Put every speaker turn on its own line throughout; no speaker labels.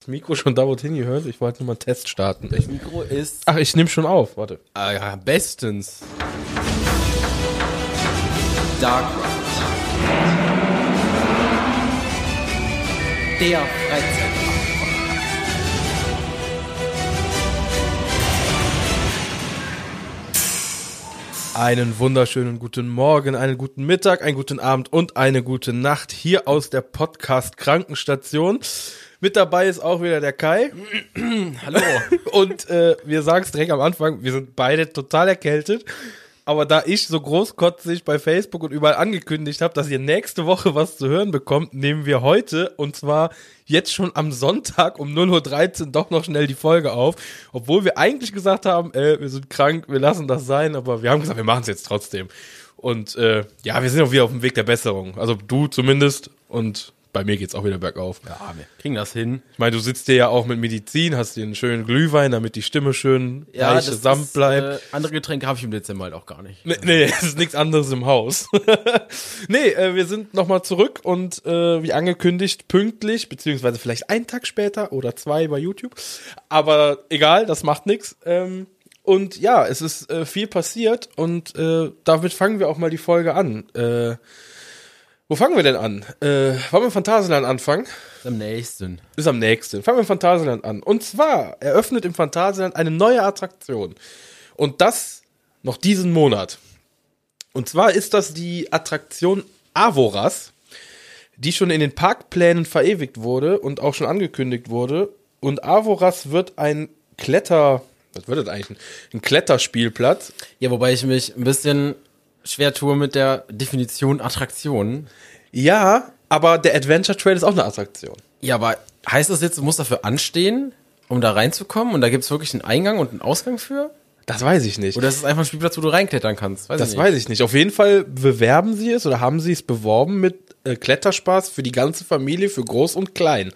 das Mikro schon da, wo es hingehört. Ich wollte nur mal einen Test starten. Ich,
Das Mikro ist
ach, ich nehme schon auf. Warte.
ah, ja, bestens. Dark Ride. Der Freizeit.
Einen wunderschönen guten Morgen, einen guten Mittag, einen guten Abend und eine gute Nacht hier aus der Podcast Krankenstation. Mit dabei ist auch wieder der Kai.
Hallo.
Und äh, wir sagen es direkt am Anfang, wir sind beide total erkältet. Aber da ich so großkotzig bei Facebook und überall angekündigt habe, dass ihr nächste Woche was zu hören bekommt, nehmen wir heute und zwar jetzt schon am Sonntag um 0.13 Uhr doch noch schnell die Folge auf. Obwohl wir eigentlich gesagt haben, äh, wir sind krank, wir lassen das sein, aber wir haben gesagt, wir machen es jetzt trotzdem. Und äh, ja, wir sind auch wieder auf dem Weg der Besserung. Also du zumindest und bei mir geht's auch wieder bergauf.
Ja, wir kriegen das hin.
Ich meine, du sitzt dir ja auch mit Medizin, hast dir einen schönen Glühwein, damit die Stimme schön ja, leicht samt bleibt.
Äh, andere Getränke habe ich im Dezember halt auch gar nicht.
Nee, nee, es ist nichts anderes im Haus. nee, äh, wir sind nochmal zurück und äh, wie angekündigt, pünktlich, beziehungsweise vielleicht einen Tag später oder zwei bei YouTube. Aber egal, das macht nichts. Ähm, und ja, es ist äh, viel passiert und äh, damit fangen wir auch mal die Folge an. Äh, wo fangen wir denn an? Äh, wollen wir im Phantasialand anfangen?
Am nächsten.
Ist am nächsten. Fangen wir im Phantasialand an. Und zwar eröffnet im Phantasialand eine neue Attraktion. Und das noch diesen Monat. Und zwar ist das die Attraktion Avoras, die schon in den Parkplänen verewigt wurde und auch schon angekündigt wurde. Und Avoras wird ein Kletter, was wird das eigentlich? Ein Kletterspielplatz.
Ja, wobei ich mich ein bisschen schwer tue mit der Definition Attraktion.
Ja, aber der Adventure Trail ist auch eine Attraktion.
Ja, aber heißt das jetzt, du musst dafür anstehen, um da reinzukommen? Und da gibt's wirklich einen Eingang und einen Ausgang für?
Das weiß ich nicht.
Oder ist es einfach ein Spielplatz, wo du reinklettern kannst? Weiß
Das
ich
weiß ich nicht. Auf jeden Fall bewerben sie es oder haben sie es beworben mit äh, Kletterspaß für die ganze Familie, für groß und klein.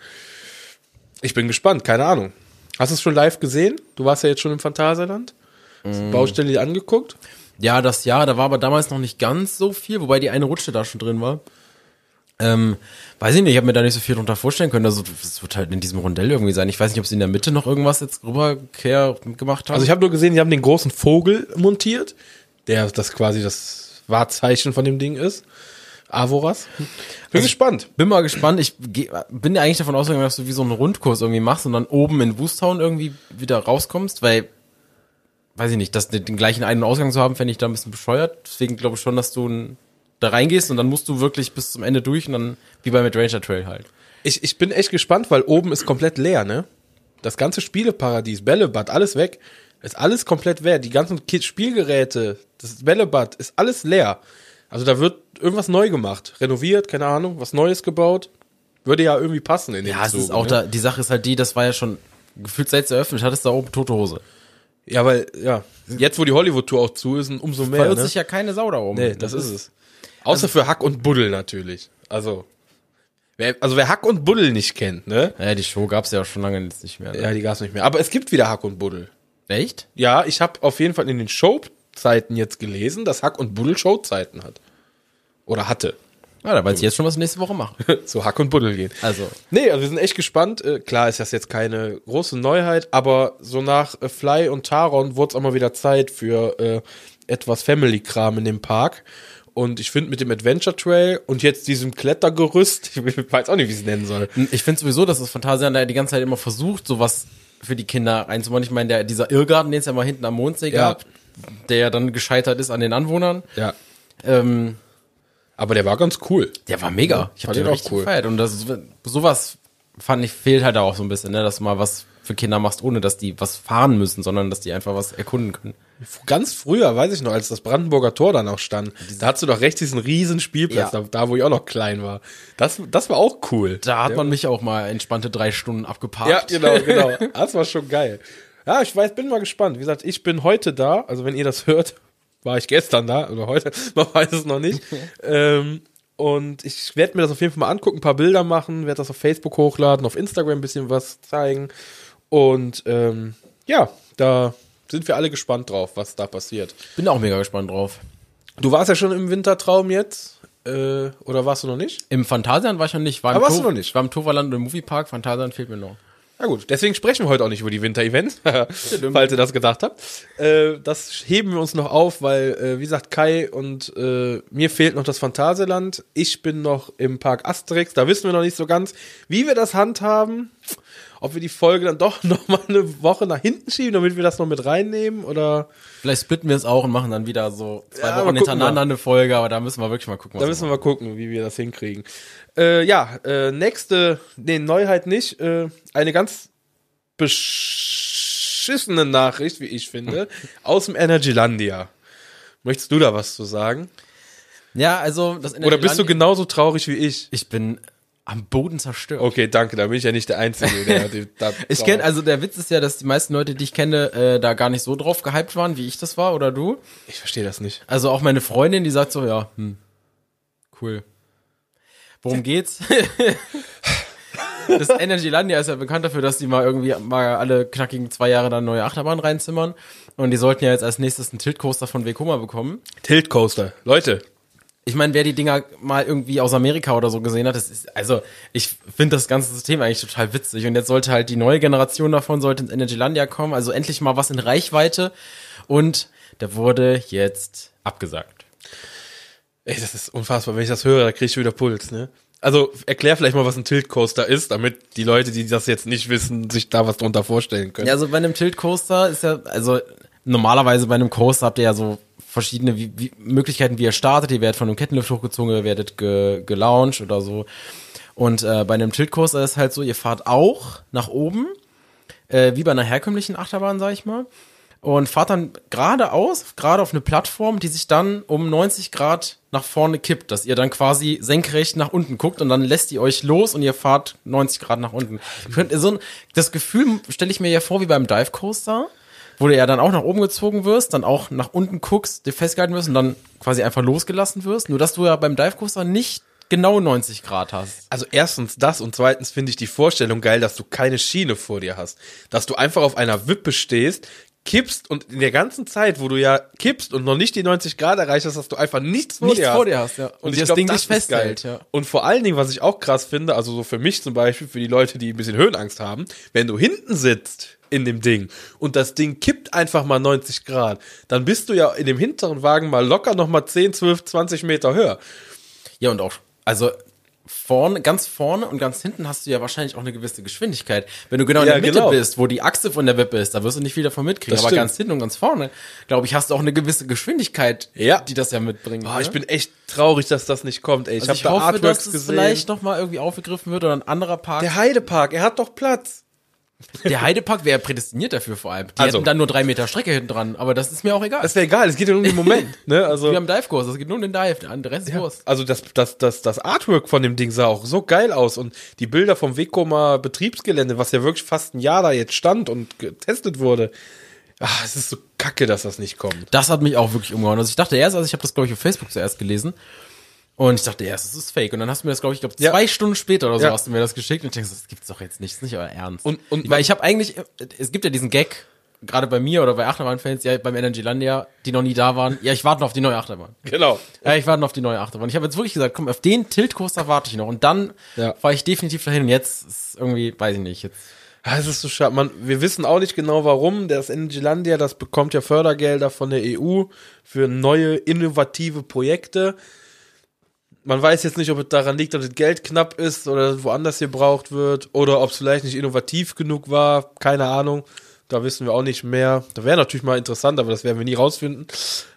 Ich bin gespannt, keine Ahnung. Hast du es schon live gesehen? Du warst ja jetzt schon im Phantasialand. Hast du die Baustelle dir angeguckt?
Ja, das Jahr, da war aber damals noch nicht ganz so viel, wobei die eine Rutsche da schon drin war. Ähm, weiß ich nicht, ich habe mir da nicht so viel drunter vorstellen können. Also, das wird halt in diesem Rondell irgendwie sein. Ich weiß nicht, ob sie in der Mitte noch irgendwas jetzt rüberkehr gemacht haben.
Also ich habe nur gesehen, sie haben den großen Vogel montiert, der das quasi das Wahrzeichen von dem Ding ist. Avoras. Bin gespannt.
bin mal gespannt. Ich geh, bin ja eigentlich davon ausgegangen, dass du wie so einen Rundkurs irgendwie machst und dann oben in Woostown irgendwie wieder rauskommst, weil, weiß ich nicht, das, den gleichen einen Ausgang zu haben, fände ich da ein bisschen bescheuert. Deswegen glaube ich schon, dass du n- da reingehst und dann musst du wirklich bis zum Ende durch und dann wie beim Adventure Trail halt.
Ich, ich bin echt gespannt, weil oben ist komplett leer, ne? Das ganze Spieleparadies, Bällebad, alles weg. Ist alles komplett leer. Die ganzen Ki- Spielgeräte, das Bällebad, ist alles leer. Also da wird irgendwas neu gemacht. Renoviert, keine Ahnung, was Neues gebaut. Würde ja irgendwie passen in den
Ja, es
Zug,
ist auch
ne?
da, die Sache ist halt die, das war ja schon gefühlt seit es eröffnet, hattest da oben tote Hose.
Ja, weil, ja. Jetzt, wo die Hollywood-Tour auch zu ist, umso mehr.
Verirrt
Ne?
sich ja keine Sau da oben.
Nee, das, ist es. Außer für Hack und Buddel natürlich. Also. Wer, also wer Hack und Buddel nicht kennt, ne?
Naja, die Show gab's ja schon lange jetzt nicht mehr. Ne?
Ja, die gab's nicht mehr. Aber es gibt wieder Hack und Buddel.
Echt?
Ja, ich habe auf jeden Fall in den Showzeiten jetzt gelesen, dass Hack und Buddel Showzeiten hat. Oder hatte.
Ja, Ah, da weiß ich jetzt schon, was wir nächste Woche machen.
so Hack und Buddel gehen.
Also.
Nee, also wir sind echt gespannt. Äh, Klar ist das jetzt keine große Neuheit, aber so nach äh, Fly und Taron wurde es auch mal wieder Zeit für äh, etwas Family-Kram in dem Park. Und ich finde mit dem Adventure Trail und jetzt diesem Klettergerüst, ich weiß auch nicht, wie ich es nennen soll.
Ich finde sowieso, dass das Phantasialand da die ganze Zeit immer versucht, sowas für die Kinder reinzumachen. Ich meine, der, dieser Irrgarten, den es ja mal hinten am Mondsee
Ja.
gab, der ja dann gescheitert ist an den Anwohnern,
Ja.
ähm,
Aber der war ganz cool.
der war mega. Ich
Fand
habe den
ich auch
richtig
cool.
gefeiert. Und das, sowas, fand ich, fehlt halt auch so ein bisschen, ne? dass du mal was für Kinder machst, ohne dass die was fahren müssen, sondern dass die einfach was erkunden können.
Ganz früher, weiß ich noch, als das Brandenburger Tor da noch stand, da hattest du doch rechts diesen riesen Spielplatz,
Ja.
da, da wo ich auch noch klein war. Das, das war auch cool.
Da hat man mich auch mal entspannte drei Stunden abgeparkt.
ja, genau, genau. Das war schon geil. Ja, ich weiß, bin mal gespannt. Wie gesagt, ich bin heute da, also wenn ihr das hört, war ich gestern da oder heute, man weiß es noch nicht. ähm, und ich werde mir das auf jeden Fall mal angucken, ein paar Bilder machen, werde das auf Facebook hochladen, auf Instagram ein bisschen was zeigen. Und ähm, ja, da sind wir alle gespannt drauf, was da passiert.
Bin auch mega gespannt drauf.
Du warst ja schon im Wintertraum jetzt. Äh, oder warst du noch nicht?
Im Phantasialand war ich noch nicht. War im
Aber warst
To-
du noch nicht?
War im Toverland und im Moviepark. Phantasialand fehlt mir noch.
Ah, Na gut, deswegen sprechen wir heute auch nicht über die Winter-Events, falls ihr das gedacht habt. Äh, das heben wir uns noch auf, weil, äh, wie gesagt, Kai und äh, mir fehlt noch das Phantasialand. Ich bin noch im Park Asterix, da wissen wir noch nicht so ganz, wie wir das handhaben. Ob wir die Folge dann doch nochmal eine Woche nach hinten schieben, damit wir das noch mit reinnehmen oder
Vielleicht splitten wir es auch und machen dann wieder so zwei
Ja, mal
Wochen
gucken
hintereinander
mal.
eine Folge, aber da müssen wir wirklich mal gucken,
da müssen wir mal gucken, wie wir das hinkriegen. Äh, ja, äh, nächste, nee, Neuheit nicht, äh, eine ganz beschissene Nachricht, wie ich finde, aus dem Energylandia. Möchtest du da was zu sagen?
machen. Ja, also das
Oder bist du genauso traurig wie ich?
Ich bin am Boden zerstört.
Okay, danke, da bin ich ja nicht der Einzige, der, der da
Ich kenne, also der Witz ist ja, dass die meisten Leute, die ich kenne, äh, da gar nicht so drauf gehypt waren, wie ich das war oder du.
Ich verstehe das nicht.
Also auch meine Freundin, die sagt so, ja, hm, cool. Worum geht's? das Energylandia ist ja bekannt dafür, dass die mal irgendwie mal alle knackigen zwei Jahre dann neue Achterbahn reinzimmern. Und die sollten ja jetzt als nächstes einen Tiltcoaster von Vekoma bekommen.
Tilt Coaster. Leute,
Ich meine, wer die Dinger mal irgendwie aus Amerika oder so gesehen hat, das ist, also ich finde das ganze System eigentlich total witzig. Und jetzt sollte halt die neue Generation davon, sollte ins Energylandia kommen. Also endlich mal was in Reichweite. Und der wurde jetzt abgesagt.
ey, das ist unfassbar. Wenn ich das höre, da kriege ich wieder Puls, ne? Also erklär vielleicht mal, was ein Tilt Coaster ist, damit die Leute, die das jetzt nicht wissen, sich da was drunter vorstellen können.
Ja, also bei einem Tilt-Coaster ist ja, also normalerweise bei einem Coaster habt ihr ja so verschiedene wie, wie Möglichkeiten, wie ihr startet. Ihr werdet von einem Kettenlift hochgezogen, ihr werdet ge, gelauncht oder so. Und äh, bei einem Tilt-Coaster ist halt so, ihr fahrt auch nach oben, äh, wie bei einer herkömmlichen Achterbahn, sag ich mal. Und fahrt dann geradeaus, gerade auf eine Plattform, die sich dann um 90 Grad nach vorne kippt, dass ihr dann quasi senkrecht nach unten guckt und dann lässt die euch los und ihr fahrt 90 Grad nach unten. Ihr Könnt, so ein, das Gefühl stelle ich mir ja vor wie beim Dive Coaster, wo du ja dann auch nach oben gezogen wirst, dann auch nach unten guckst, dir festgehalten wirst und dann quasi einfach losgelassen wirst, nur dass du ja beim Dive Coaster nicht genau 90 Grad hast.
Also erstens das und zweitens finde ich die Vorstellung geil, dass du keine Schiene vor dir hast. Dass du einfach auf einer Wippe stehst, kippst und in der ganzen Zeit, wo du ja kippst und noch nicht die 90 Grad erreicht hast, dass du einfach nichts vor
Nichts
dir hast.
vor dir hast, ja. Und
Und,
dir
ich
das
glaub,
Ding
das
dich
ist geil.
festhält, ja.
Und vor allen Dingen, was ich auch krass finde, also so für mich zum Beispiel, für die Leute, die ein bisschen Höhenangst haben, wenn du hinten sitzt in dem Ding und das Ding kippt einfach mal 90 Grad, dann bist du ja in dem hinteren Wagen mal locker nochmal 10, 12, 20 Meter höher.
Ja, und auch, also vorne, ganz vorne und ganz hinten hast du ja wahrscheinlich auch eine gewisse Geschwindigkeit. Wenn du genau in
Ja,
der Mitte
genau.
bist, wo die Achse von der Wippe ist, da wirst du nicht viel davon mitkriegen.
Das
Aber
stimmt.
ganz hinten und ganz vorne, glaube ich, hast du auch eine gewisse Geschwindigkeit,
Ja.
die das ja mitbringt.
Ah,
ne?
ich bin echt traurig, dass das nicht kommt, ey. Ich
also
hab
ich
da
hoffe,
Artworks
dass das
gesehen.
vielleicht nochmal irgendwie aufgegriffen wird oder ein anderer Park.
Der Heidepark, er hat doch Platz.
Der Heidepark wäre prädestiniert dafür vor allem. Die
Also.
hätten dann nur drei Meter Strecke hinten dran, aber das ist mir auch egal.
Das ist ja egal, es geht ja nur um den Moment. ne?
wir
also,
haben Dive-Kurs, es geht nur um den Dive, der andere ist Kurs.
also das, das, das, das Artwork von dem Ding sah auch so geil aus. Und die Bilder vom Wekoma Betriebsgelände, was ja wirklich fast ein Jahr da jetzt stand und getestet wurde. Ach, es ist so kacke, dass das nicht kommt.
Das hat mich auch wirklich umgehauen. Also ich dachte erst, also ich habe das glaube ich auf Facebook zuerst gelesen und ich dachte erst, es ist fake und dann hast du mir das glaube ich, glaube
Ja.
zwei Stunden später oder so
Ja.
hast du mir das geschickt und ich denke, das gibt's doch jetzt nicht, das ist nicht euer Ernst.
Und- und-
weil ich habe eigentlich es gibt ja diesen Gag gerade bei mir oder bei Achterbahnfans, ja beim Energylandia, die noch nie da waren. Ja, ich warte noch auf die neue Achterbahn.
Genau.
Ja, ich warte noch auf die neue Achterbahn. Ich habe jetzt wirklich gesagt, komm, auf den Tiltcoaster warte ich noch und dann
Ja.
fahre ich definitiv dahin und jetzt ist irgendwie, weiß ich nicht, jetzt
Ah, Es ist so schade. Man, wir wissen auch nicht genau warum. Das Energylandia, das bekommt ja Fördergelder von der EU für neue innovative Projekte. Man weiß jetzt nicht, ob es daran liegt, dass das Geld knapp ist oder dass es woanders gebraucht wird oder ob es vielleicht nicht innovativ genug war. Keine Ahnung. Da wissen wir auch nicht mehr. Da wäre natürlich mal interessant, aber das werden wir nie rausfinden.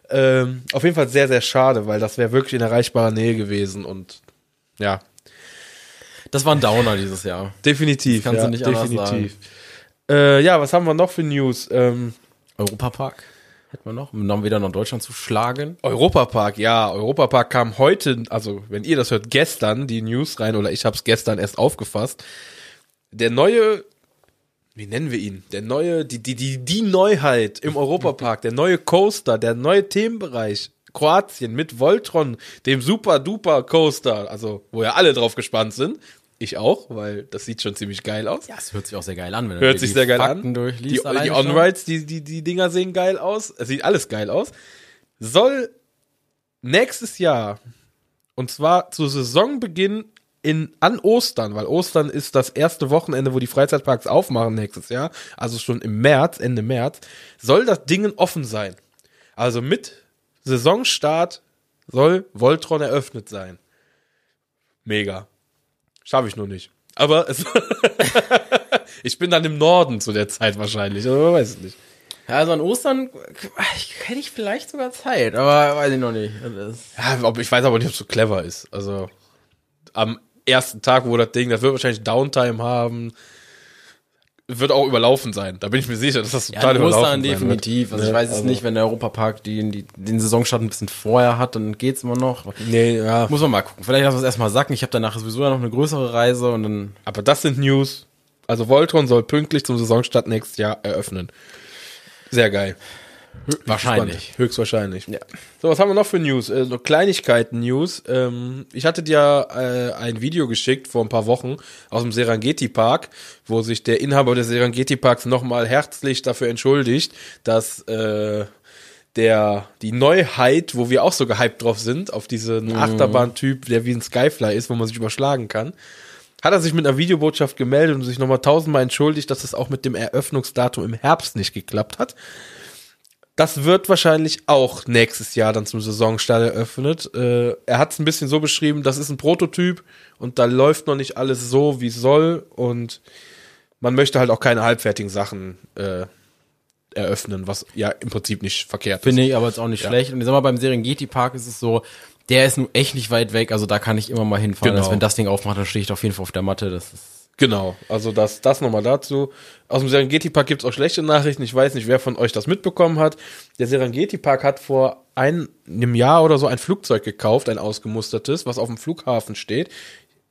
Ähm, auf jeden Fall sehr, sehr schade, weil das wäre wirklich in erreichbarer Nähe gewesen und ja,
das war ein Downer dieses Jahr.
definitiv.
Das kannst
ja,
du nicht anders
definitiv. Äh, ja, was haben wir noch für News? Ähm,
Europapark hätten wir noch, um dann wieder nach Deutschland zu schlagen.
Europapark, ja, Europapark kam heute, also wenn ihr das hört, gestern die News rein oder ich habe es gestern erst aufgefasst. Der neue, wie nennen wir ihn? Der neue, die, die, die, die Neuheit im Europapark, der neue Coaster, der neue Themenbereich. Kroatien mit Voltron, dem Super Duper Coaster, also wo ja alle drauf gespannt sind. Ich auch, weil das sieht schon ziemlich geil aus.
Ja, es hört sich auch sehr geil an, wenn du dir
Äh, Hört sich
die
sehr geil
Fakten
an.
durchliest.
die
alleine
die
schon.
On-Rides, die, die, die Dinger sehen geil aus. Es sieht alles geil aus. Soll nächstes Jahr, und zwar zu Saisonbeginn in, an Ostern, weil Ostern ist das erste Wochenende, wo die Freizeitparks aufmachen nächstes Jahr, also schon im März, Ende März, soll das Dingen offen sein. Also mit Saisonstart soll Voltron eröffnet sein. Mega. Schaffe ich nur nicht. Aber es ich bin dann im Norden zu der Zeit wahrscheinlich, aber man weiß es nicht.
Ja, also an Ostern äh, hätte ich vielleicht sogar Zeit, aber weiß ich noch nicht. Das ist-
Ja, ob- ich weiß aber nicht, ob es so clever ist. Also am ersten Tag, wo das Ding, das wird wahrscheinlich Downtime haben, wird auch überlaufen sein. Da bin ich mir sicher, dass das
Ja,
total
an
überlaufen
Ostern
sein
definitiv.
Wird.
Also ich
Ja,
weiß es
also-
nicht, wenn der Europapark die, die, den Saisonstart ein bisschen vorher hat, dann geht's immer noch.
Nee, ja.
Muss man mal gucken. Vielleicht lassen wir es erstmal sacken. Ich habe danach sowieso ja noch eine größere Reise und dann.
Aber das sind News. Also Voltron soll pünktlich zum Saisonstart nächstes Jahr eröffnen. Sehr geil. Spannend. Höchstwahrscheinlich.
Ja.
So, was haben wir noch für News? Äh, so Kleinigkeiten-News. Ähm, ich hatte dir äh, ein Video geschickt vor ein paar Wochen aus dem Serengeti-Park, wo sich der Inhaber des Serengeti-Parks nochmal herzlich dafür entschuldigt, dass äh, der, die Neuheit, wo wir auch so gehypt drauf sind, auf diesen Achterbahn-Typ, der wie ein Skyfly ist, wo man sich überschlagen kann, hat er sich mit einer Videobotschaft gemeldet und sich nochmal tausendmal entschuldigt, dass es auch mit dem Eröffnungsdatum im Herbst nicht geklappt hat. Das wird wahrscheinlich auch nächstes Jahr dann zum Saisonstart eröffnet. Äh, er hat es ein bisschen so beschrieben, das ist ein Prototyp und da läuft noch nicht alles so, wie es soll und man möchte halt auch keine halbfertigen Sachen äh, eröffnen, was ja im Prinzip nicht verkehrt
Finde ich aber jetzt auch nicht
Ja.
schlecht. Und ich sag mal, beim Serengeti Park ist es so, der ist nun echt nicht weit weg, also da kann ich immer mal hinfahren.
Genau.
Also wenn das Ding aufmacht, dann stehe ich da auf jeden Fall auf der Matte. Das ist
Genau, also das, das nochmal dazu. Aus dem Serengeti-Park gibt's auch schlechte Nachrichten. Ich weiß nicht, wer von euch das mitbekommen hat. Der Serengeti-Park hat vor ein, einem Jahr oder so ein Flugzeug gekauft, ein ausgemustertes, was auf dem Flughafen steht.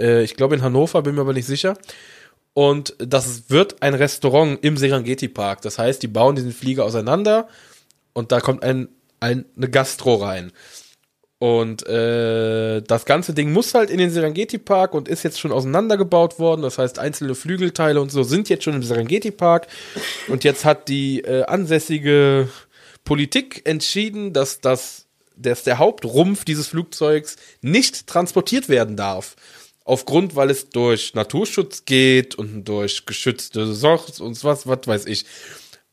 Äh, ich glaube in Hannover, bin mir aber nicht sicher. Und das wird ein Restaurant im Serengeti-Park. Das heißt, die bauen diesen Flieger auseinander und da kommt ein, ein, eine Gastro rein. Und äh, das ganze Ding muss halt in den Serengeti-Park und ist jetzt schon auseinandergebaut worden. Das heißt, einzelne Flügelteile und so sind jetzt schon im Serengeti-Park. Und jetzt hat die äh, ansässige Politik entschieden, dass, das, dass der Hauptrumpf dieses Flugzeugs nicht transportiert werden darf. Aufgrund, weil es durch Naturschutz geht und durch geschützte Sorts und was, was weiß ich.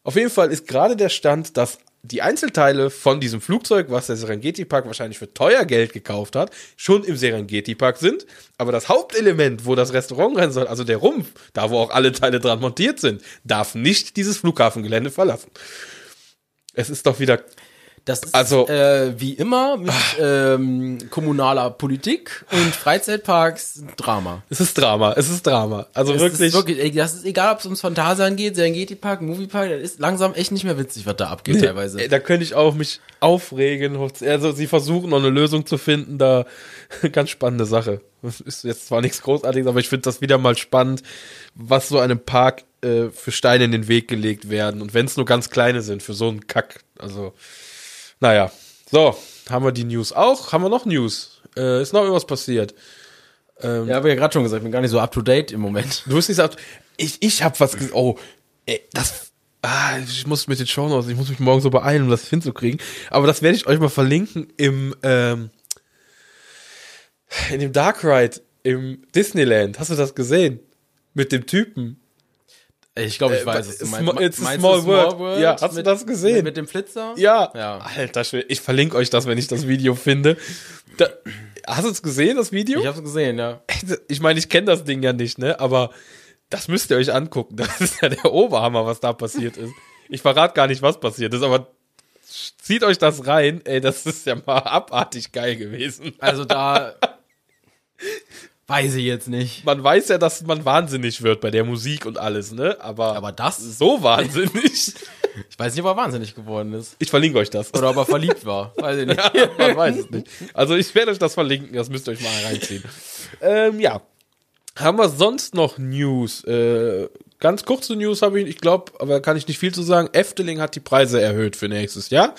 Auf jeden Fall ist gerade der Stand, dass die Einzelteile von diesem Flugzeug, was der Serengeti-Park wahrscheinlich für teuer Geld gekauft hat, schon im Serengeti-Park sind. Aber das Hauptelement, wo das Restaurant rein soll, also der Rumpf, da wo auch alle Teile dran montiert sind, darf nicht dieses Flughafengelände verlassen. Es ist doch wieder
das ist
Also- Ah.
äh, wie immer mit ähm, kommunaler Politik und Freizeitparks Drama.
Es ist Drama, es ist Drama. Also
Das
wirklich,
ist wirklich, ey, das ist egal, ob es ums Phantasian geht, Serengeti Park, Movie Park, das ist langsam echt nicht mehr witzig, was da abgeht teilweise.
Ey, Da könnte ich auch mich aufregen. Also sie versuchen noch eine Lösung zu finden, da ganz spannende Sache. Das ist jetzt zwar nichts Großartiges, aber ich finde das wieder mal spannend, was so einem Park äh, für Steine in den Weg gelegt werden. Und wenn es nur ganz kleine sind, für so einen Kack. Also, naja. So, haben wir die News auch? Haben wir noch News? Äh, ist noch irgendwas passiert? Ähm,
Ja, habe ich ja gerade schon gesagt, ich bin gar nicht so up to date im Moment.
Du hast nicht gesagt, ich, ich hab was gesagt. Oh, ey, das. Ah, ich muss mit den Shownotes, ich muss mich morgen so beeilen, um das hinzukriegen. Aber das werde ich euch mal verlinken im, ähm, in dem Dark Ride im Disneyland. Hast du das gesehen? Mit dem Typen.
Ich glaube, ich
Äh,
weiß,
but
was du
it's
meinst.
sm-
Ma-
it's a
meinst
small
du
world? Ja, hast du
mit,
das gesehen?
Mit, mit dem Flitzer?
Ja.
Ja.
Alter Schwede, ich verlinke euch das, wenn ich das Video finde. Da, hast du es gesehen, das Video?
Ich habe es gesehen, ja.
Also, ich meine, ich kenne das Ding ja nicht, ne? Aber das müsst ihr euch angucken. Das ist ja der Oberhammer, was da passiert ist. Ich verrate gar nicht, was passiert ist, aber zieht euch das rein. Ey, das ist ja mal abartig geil gewesen.
Also da weiß ich jetzt nicht.
Man weiß ja, dass man wahnsinnig wird bei der Musik und alles, ne? Aber,
Aber das,
so wahnsinnig.
ich weiß nicht, ob er wahnsinnig geworden ist.
Ich verlinke euch das.
Oder ob er verliebt war. Weiß ich nicht.
Man weiß es nicht. Also ich werde euch das verlinken, das müsst ihr euch mal reinziehen. ähm, ja. Haben wir sonst noch News? Äh, ganz kurze News habe ich, ich glaube, aber kann ich nicht viel zu sagen. Efteling hat die Preise erhöht für nächstes Jahr.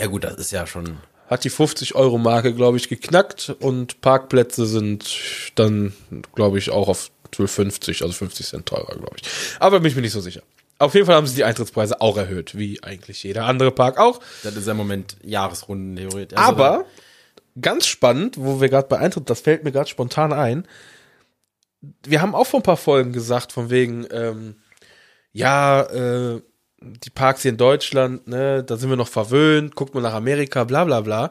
Ja gut, das ist ja schon.
Hat die 50-Euro-Marke, glaube ich, geknackt und Parkplätze sind dann, glaube ich, auch auf 12,50, also 50 Cent teurer, glaube ich. Aber bin ich mir nicht so sicher. Auf jeden Fall haben sie die Eintrittspreise auch erhöht, wie eigentlich jeder andere Park auch.
Das ist ja im Moment Jahresrunden theoretisch. Also
Aber ganz spannend, wo wir gerade bei Eintritt, das fällt mir gerade spontan ein. wir haben auch vor ein paar Folgen gesagt, von wegen, ähm, ja, äh, die Parks hier in Deutschland, ne, da sind wir noch verwöhnt, guckt mal nach Amerika, bla bla bla.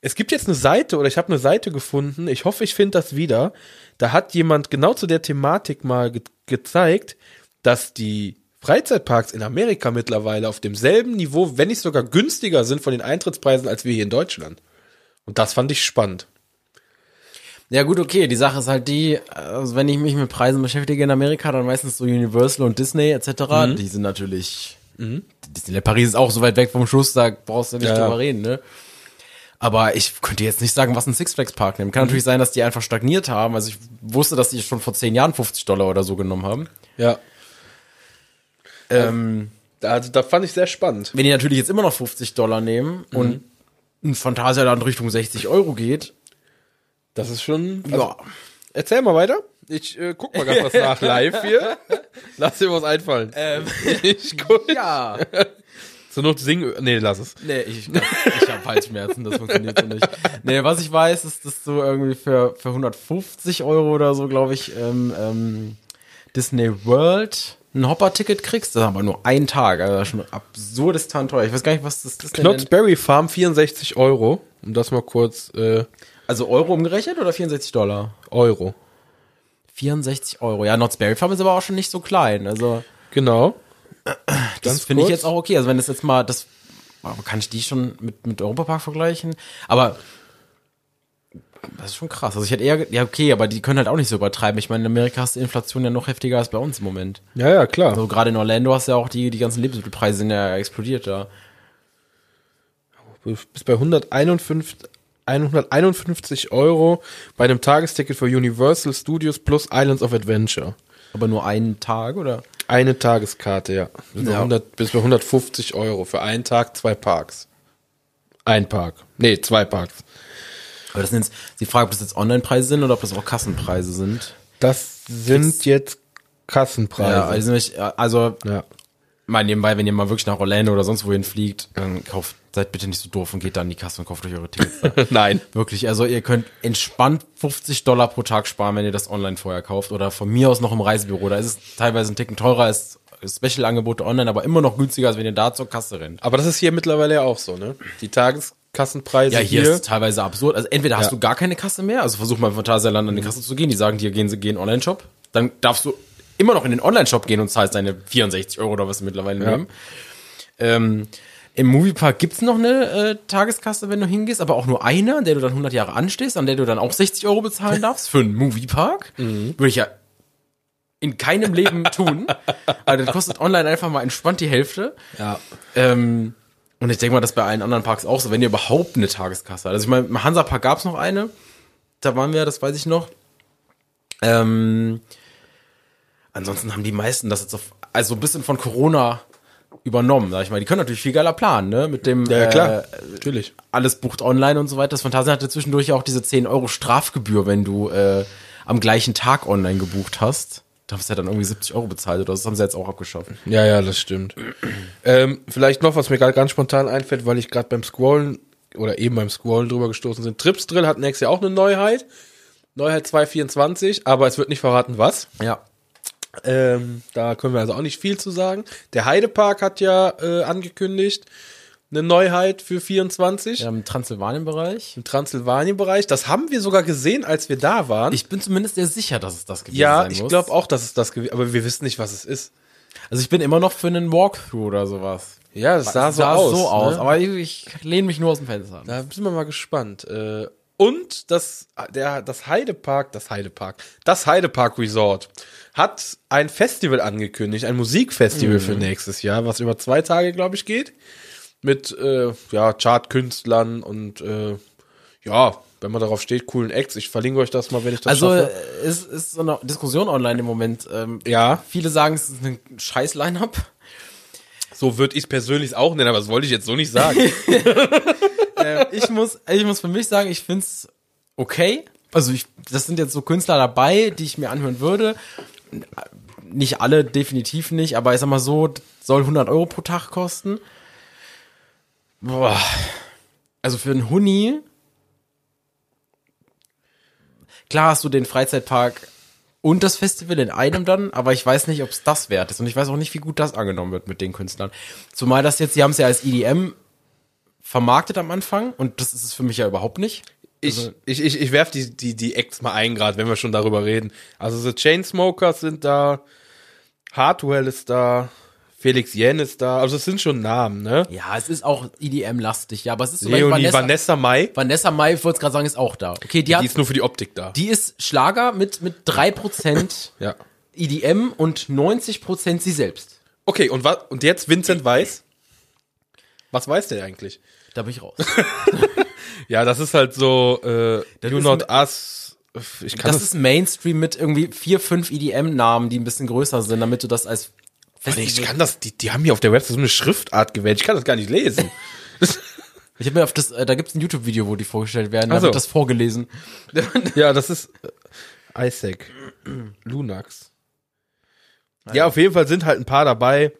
Es gibt jetzt eine Seite oder ich habe eine Seite gefunden, ich hoffe, ich finde das wieder. Da hat jemand genau zu der Thematik mal ge gezeigt, dass die Freizeitparks in Amerika mittlerweile auf demselben Niveau, wenn nicht sogar günstiger sind von den Eintrittspreisen als wir hier in Deutschland. Und das fand ich spannend.
Ja gut, okay, die Sache ist halt die, also wenn ich mich mit Preisen beschäftige in Amerika, dann meistens so Universal und Disney etc., die sind natürlich, Disneyland Paris ist auch so weit weg vom Schuss, da brauchst du nicht
Ja, ja.
drüber reden, ne? Aber ich könnte jetzt nicht sagen, was ein Six Flags Park nimmt. Kann natürlich sein, dass die einfach stagniert haben. Also ich wusste, dass die schon vor zehn Jahren 50 Dollar oder so genommen haben.
Ja,
Ähm,
also da fand ich sehr spannend.
wenn die natürlich jetzt immer noch 50 Dollar nehmen und ein Phantasialand Richtung 60 Euro geht,
Das ist schon. Also,
ja,
Erzähl mal weiter. Ich äh, guck mal ganz was nach live hier. Lass dir was einfallen. ich guck.
ja.
Zur Not singen. Nee, lass es.
Nee, ich, ich habe Halsschmerzen, das funktioniert so nicht. Nee, was ich weiß, ist, dass du irgendwie für, für 150 Euro oder so, glaube ich, ähm, ähm, Disney World ein Hopper-Ticket kriegst. Das ist aber nur ein Tag, also schon absurdes teuer. Ich weiß gar nicht, was das Disney nennt.
Knottberry Farm 64 Euro. Um das mal kurz. Äh,
Also Euro umgerechnet oder 64 Dollar?
Euro.
64 Euro. Ja, Knott's Berry Farm ist aber auch schon nicht so klein. Also
Genau.
das finde ich jetzt auch okay. Also wenn das jetzt mal, das aber kann ich die schon mit, mit Europapark vergleichen? Aber das ist schon krass. Also ich hätte eher, ge- ja okay, aber die können halt auch nicht so übertreiben. Ich meine, in Amerika ist die Inflation ja noch heftiger als bei uns im Moment.
Ja, ja, klar.
Also gerade in Orlando hast du ja auch die, die ganzen Lebensmittelpreise sind ja explodiert da.
Du bist bei 151, 151 Euro bei einem Tagesticket für Universal Studios plus Islands of Adventure.
Aber nur einen Tag, oder?
Eine Tageskarte, ja. Bis, bei
Ja.
100, bis bei 150 Euro für einen Tag, zwei Parks. Ein Park. Nee, zwei Parks.
Aber das sind jetzt, die Frage, ob das jetzt Online-Preise sind oder ob das auch Kassenpreise sind.
Das sind jetzt Kassenpreise.
Ja, also, ich- also
ja.
mal nebenbei, wenn ihr mal wirklich nach Orlando oder sonst wohin fliegt, dann kauft, seid bitte nicht so doof und geht da in die Kasse und kauft euch eure Tickets da.
Nein.
Wirklich, also ihr könnt entspannt 50 Dollar pro Tag sparen, wenn ihr das online vorher kauft oder von mir aus noch im Reisebüro. Da ist es teilweise ein Ticken teurer als Special-Angebote online, aber immer noch günstiger, als wenn ihr da zur Kasse rennt.
Aber das ist hier mittlerweile ja auch so, ne? Die Tageskassenpreise
Ja, hier,
hier
ist es teilweise absurd. Also entweder hast du gar keine Kasse mehr, also versuch mal im Phantasialand an die Kasse zu gehen, die sagen dir, gehen sie, gehen in den Online-Shop. Dann darfst du immer noch in den Online-Shop gehen und zahlst deine 64 Euro oder was sie mittlerweile nehmen. Ähm, Im Moviepark gibt's noch eine äh, Tageskasse, wenn du hingehst, aber auch nur eine, an der du dann 100 Jahre anstehst, an der du dann auch 60 Euro bezahlen darfst für einen Moviepark. Würde ich ja in keinem Leben tun. Also das kostet online einfach mal entspannt die Hälfte.
Ja.
Ähm, und ich denke mal, das ist bei allen anderen Parks auch so, wenn ihr überhaupt eine Tageskasse habt. Also ich meine, im Hansapark gab es noch eine. Da waren wir, das weiß ich noch. Ähm, ansonsten haben die meisten das jetzt auf, also ein bisschen von Corona übernommen, sag ich mal. Die können natürlich viel geiler planen, ne? Mit dem
Ja, ja, klar.
Äh,
Natürlich.
alles bucht online und so weiter. Das Phantasien hatte zwischendurch ja auch diese 10 Euro Strafgebühr, wenn du äh, am gleichen Tag online gebucht hast. Da hast du ja dann irgendwie 70 Euro bezahlt oder so. das haben sie jetzt auch abgeschafft.
Ja, ja, das stimmt. ähm, vielleicht noch, was mir gerade ganz spontan einfällt, weil ich gerade beim Scrollen oder eben beim Scrollen drüber gestoßen sind. Trips Drill hat nächstes Jahr auch eine Neuheit. Neuheit 224, aber es wird nicht verraten, was.
Ja.
Ähm, da können wir also auch nicht viel zu sagen. Der Heidepark hat ja äh, angekündigt, eine Neuheit für 24
Im Transsilvanien-Bereich.
im Transsilvanien-Bereich. Das haben wir sogar gesehen, als wir da waren.
Ich bin zumindest sehr sicher, dass es das gewesen
ja,
sein
ich
muss.
glaube auch, dass es das gewesen aber wir wissen nicht, was es ist.
Also ich bin immer noch für einen Walkthrough oder sowas.
Ja, das sah
Es
so aus.
so aus.
ne?
Aber ich, ich lehne mich nur aus dem Fenster an.
Da sind wir mal gespannt. Äh, Und das, der, das Heidepark, das Heidepark, das Heidepark Resort hat ein Festival angekündigt, ein Musikfestival
Mhm.
für nächstes Jahr, was über zwei Tage, glaube ich, geht. Mit äh, ja, Chartkünstlern und äh, ja, wenn man darauf steht, coolen Acts. Ich verlinke euch das mal, wenn ich das
Also äh,
schaffe.
es ist so eine Diskussion online im Moment. Ähm,
Ja,
Viele sagen, es ist ein scheiß Line-Up.
so würde ich es persönlich auch nennen, aber das wollte ich jetzt so nicht sagen.
äh, ich, muss, ich muss für mich sagen, ich find's okay. Also ich, das sind jetzt so Künstler dabei, die ich mir anhören würde. Nicht alle, definitiv nicht, aber ich sag mal so, das soll 100 Euro pro Tag kosten. Boah. Also für einen Huni, klar hast du den Freizeitpark und das Festival in einem dann, aber ich weiß nicht, ob es das wert ist. Und ich weiß auch nicht, wie gut das angenommen wird mit den Künstlern. Zumal das jetzt, sie haben es ja als E EDM vermarktet am Anfang und das ist es für mich ja überhaupt nicht. Also
Ich, ich, ich, ich werf die, die, die Acts mal ein, gerade wenn wir schon darüber reden. Also The Chainsmokers sind da, Hardwell ist da, Felix Yen ist da, also es sind schon Namen, ne?
Ja, es ist auch EDM-lastig, ja, aber es ist so
Leonie Vanessa Mai,
Vanessa Mai, ich wollte gerade sagen, ist auch da. Okay, die, hat,
die ist nur für die Optik da.
die ist Schlager mit, mit 3%
Ja.
EDM und 90% sie selbst.
Okay, und, wa- und jetzt Vincent Weiß? Was weiß der eigentlich?
Da bin ich raus.
Ja, das ist halt so, äh, You
ist
Not Us. Ich kann
Das
das,
ist Mainstream mit irgendwie vier, fünf EDM-Namen, die ein bisschen größer sind, damit du das als
Nee, ich
Festival-
kann das, die, die haben hier auf der Website so eine Schriftart gewählt. Ich kann das gar nicht lesen.
Ich habe mir auf das, äh, da gibt's ein YouTube-Video, wo die vorgestellt werden, da
Ach so.
wird das vorgelesen.
ja, das ist äh, Isaac. Lunax. Ja, auf jeden Fall sind halt ein paar dabei.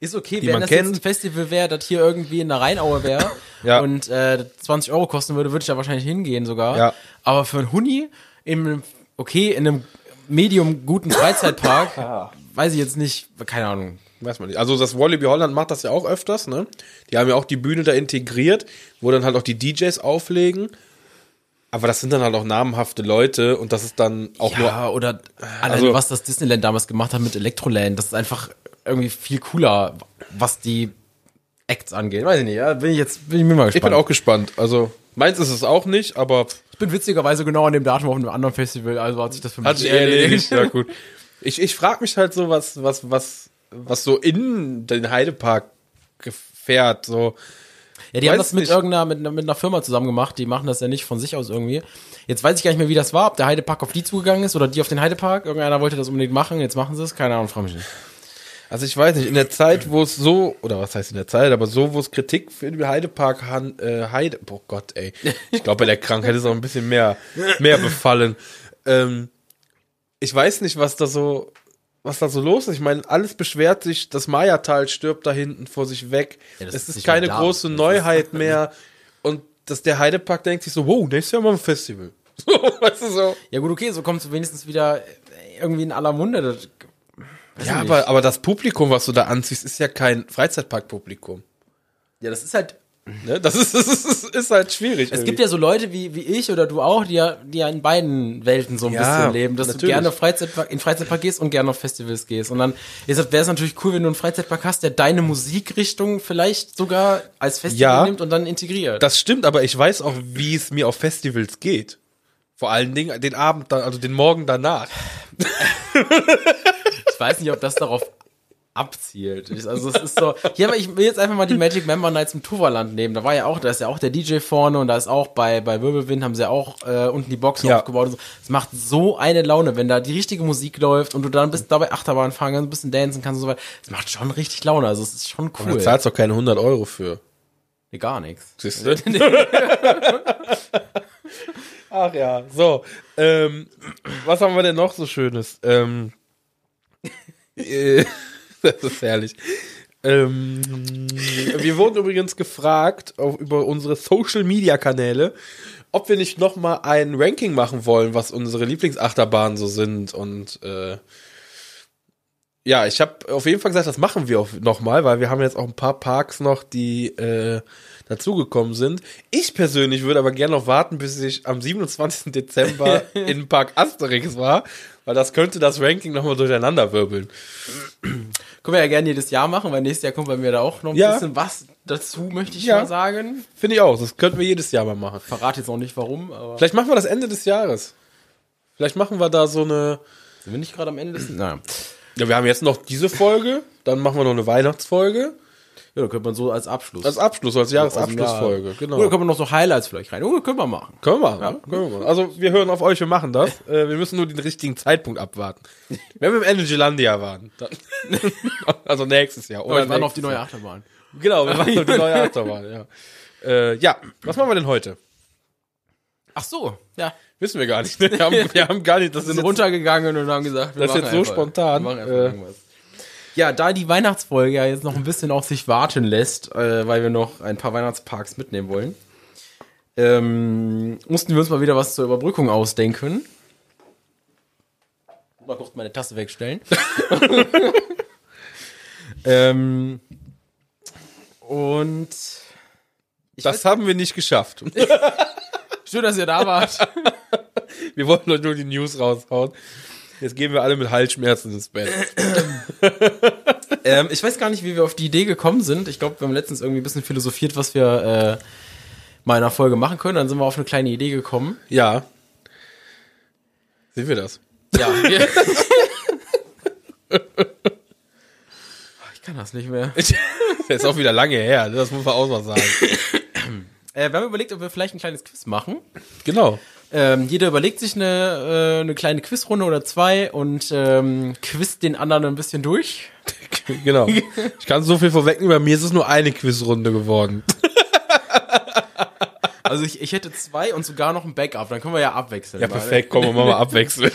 Ist okay,
Die
wenn
man
das
kennt.
jetzt ein Festival wäre, das hier irgendwie in der Rheinaue wäre
Ja.
und äh, 20 Euro kosten würde, würde ich da wahrscheinlich hingehen sogar.
Ja.
Aber für einen Huni im okay, in einem medium guten Freizeitpark, weiß ich jetzt nicht, keine Ahnung.
Weiß man nicht. Also das Wallaby Holland macht das ja auch öfters, ne? Die haben ja auch die Bühne da integriert, wo dann halt auch die DJs auflegen. Aber das sind dann halt auch namenhafte Leute und das ist dann auch nur.
Ja, oder alleine
also-
was das Disneyland damals gemacht hat mit Electroland, das ist einfach irgendwie viel cooler, was die Acts angeht. Weiß ich nicht, ja, bin ich jetzt bin ich mir mal
Ich
gespannt.
bin auch gespannt. Also meins ist es auch nicht, aber
Ich bin witzigerweise genau an dem Datum auf einem anderen Festival, also hat sich das für mich
Hat sich erledigt, ja gut. Ich, ich frage mich halt so, was, was, was, was so in den Heidepark gefährt. So.
Ja, die haben
Weiß
das mit
nicht.
irgendeiner, mit, einer- mit einer Firma zusammen gemacht, die machen das ja nicht von sich aus irgendwie. Jetzt weiß ich gar nicht mehr, wie das war, ob der Heidepark auf die zugegangen ist oder die auf den Heidepark. Irgendeiner wollte das unbedingt machen, jetzt machen sie es, keine Ahnung, frag mich nicht.
Also ich weiß nicht, in der Zeit, wo es so, oder was heißt in der Zeit, aber so, wo es Kritik für den Heidepark han, äh, Heide. Oh Gott, ey. Ich glaube, bei der Krankheit ist auch ein bisschen mehr, mehr befallen. Ähm, ich weiß nicht, was da so, was da so los ist. Ich meine, alles beschwert sich, das Mayatal stirbt da hinten vor sich weg.
Ja, das
es
ist
ist,
nicht mehr
keine
da.
große
Das ist-
Neuheit mehr. Und dass der Heidepark denkt sich so, wow, nächstes Jahr mal ein Festival. So, weißt du so.
Ja gut, okay, so kommst du wenigstens wieder irgendwie in aller Munde. Das, weiß
Ja,
ich nicht.
aber, aber das Publikum, was du da anziehst, ist ja kein Freizeitparkpublikum.
ja, das ist halt
Ne? Das, ist, das, ist, das ist halt schwierig.
Es gibt ja so Leute wie, wie ich oder du auch, die ja, die ja in beiden Welten so ein
Ja,
bisschen leben, dass
natürlich.
du gerne Freizeitpark, in Freizeitpark gehst und gerne auf Festivals gehst. Und dann wäre es natürlich cool, wenn du einen Freizeitpark hast, der deine Musikrichtung vielleicht sogar als Festival
Ja.
nimmt und dann integriert.
das stimmt, aber ich weiß auch, wie es mir auf Festivals geht. Vor allen Dingen den Abend, da, also den Morgen danach.
ich weiß nicht, ob das darauf abzielt. Ich- Also es ist so. Hier, aber ich will jetzt einfach mal die Magic Member Nights im Tuvaland nehmen. Da war ja auch, da ist ja auch der DJ vorne und da ist auch bei bei Wirbelwind haben sie ja auch äh, unten die Boxen
Ja.
aufgebaut. Und so. Es macht so eine Laune, wenn da die richtige Musik läuft und du dann bist dabei Achterbahn fahren kannst, ein bisschen dancen kannst und so weiter. Es macht schon richtig Laune. Also es ist schon
Du
cool.
zahlst doch keine 100 Euro für.
Nee, gar nichts.
Siehst du? Ach ja, so. Ähm, was haben wir denn noch so Schönes? Ähm, äh, das ist herrlich. Ähm, wir wurden übrigens gefragt auf, über unsere Social-Media-Kanäle, ob wir nicht noch mal ein Ranking machen wollen, was unsere Lieblingsachterbahnen so sind. Und äh, ja, ich habe auf jeden Fall gesagt, das machen wir auf- noch mal, weil wir haben jetzt auch ein paar Parks noch, die äh, dazugekommen sind. Ich persönlich würde aber gerne noch warten, bis ich am 27. Dezember in Park Asterix war, weil das könnte das Ranking noch mal durcheinander wirbeln.
Können wir ja gerne jedes Jahr machen, weil nächstes Jahr kommt bei mir da auch noch ein
Ja.
bisschen was dazu, möchte ich
Ja.
mal sagen.
Finde ich auch, das könnten wir jedes Jahr mal machen.
Verrate jetzt auch nicht warum, aber
Vielleicht machen wir das Ende des Jahres. Vielleicht machen wir da so eine.
sind wir nicht gerade am Ende des. Naja.
Ja, wir haben jetzt noch diese Folge, dann machen wir noch eine Weihnachtsfolge
Ja, da könnte man so als Abschluss.
als Abschluss, als Jahresabschlussfolge. Genau.
also, Oder können wir noch so Highlights vielleicht rein? Oder können wir machen.
Können wir machen, ne? können wir machen. Also wir hören auf euch, wir machen das. Äh, wir müssen nur den richtigen Zeitpunkt abwarten. Wenn wir im Energylandia waren, dann, also nächstes Jahr. Oder
Oder wir waren auf die
nächstes
neue
Jahr.
Achterbahn.
Genau, wir waren auf die neue Achterbahn, ja. Äh, ja, was machen wir denn heute?
Ach so, ja.
Wissen wir gar nicht. Ne? Wir, haben, wir haben gar nicht, das
Wir
ist
sind
jetzt,
runtergegangen und haben gesagt, wir
Das ist
machen
jetzt so spontan.
Wir machen einfach
Äh.
irgendwas. Ja, da die Weihnachtsfolge ja jetzt noch ein bisschen auf sich warten lässt, äh, weil wir noch ein paar Weihnachtsparks mitnehmen wollen, ähm, mussten wir uns mal wieder was zur Überbrückung ausdenken. mal kurz meine Tasse wegstellen. ähm, und ich
Das haben wir nicht geschafft.
weiß, schön, dass ihr da wart.
Wir wollten euch nur die News raushauen. Jetzt gehen wir alle mit Halsschmerzen ins Bett.
ähm, ich weiß gar nicht, wie wir auf die Idee gekommen sind. Ich glaube, wir haben letztens irgendwie ein bisschen philosophiert, was wir äh, mal in einer Folge machen können. Dann sind wir auf eine kleine Idee gekommen.
Ja. Sehen wir das?
Ja. Wir ich kann das nicht mehr.
das ist auch wieder lange her, ne? das muss man auch mal sagen.
Äh, wir haben überlegt, ob wir vielleicht ein kleines Quiz machen.
Genau.
Ähm, jeder überlegt sich eine, äh, eine kleine Quizrunde oder zwei und ähm, quizt den anderen ein bisschen durch.
Genau. Ich kann so viel vorwegnehmen, bei mir ist es nur eine Quizrunde geworden.
Also ich, ich hätte zwei und sogar noch ein Backup, dann können wir ja abwechseln.
Ja, perfekt, komm, wir machen mal abwechseln.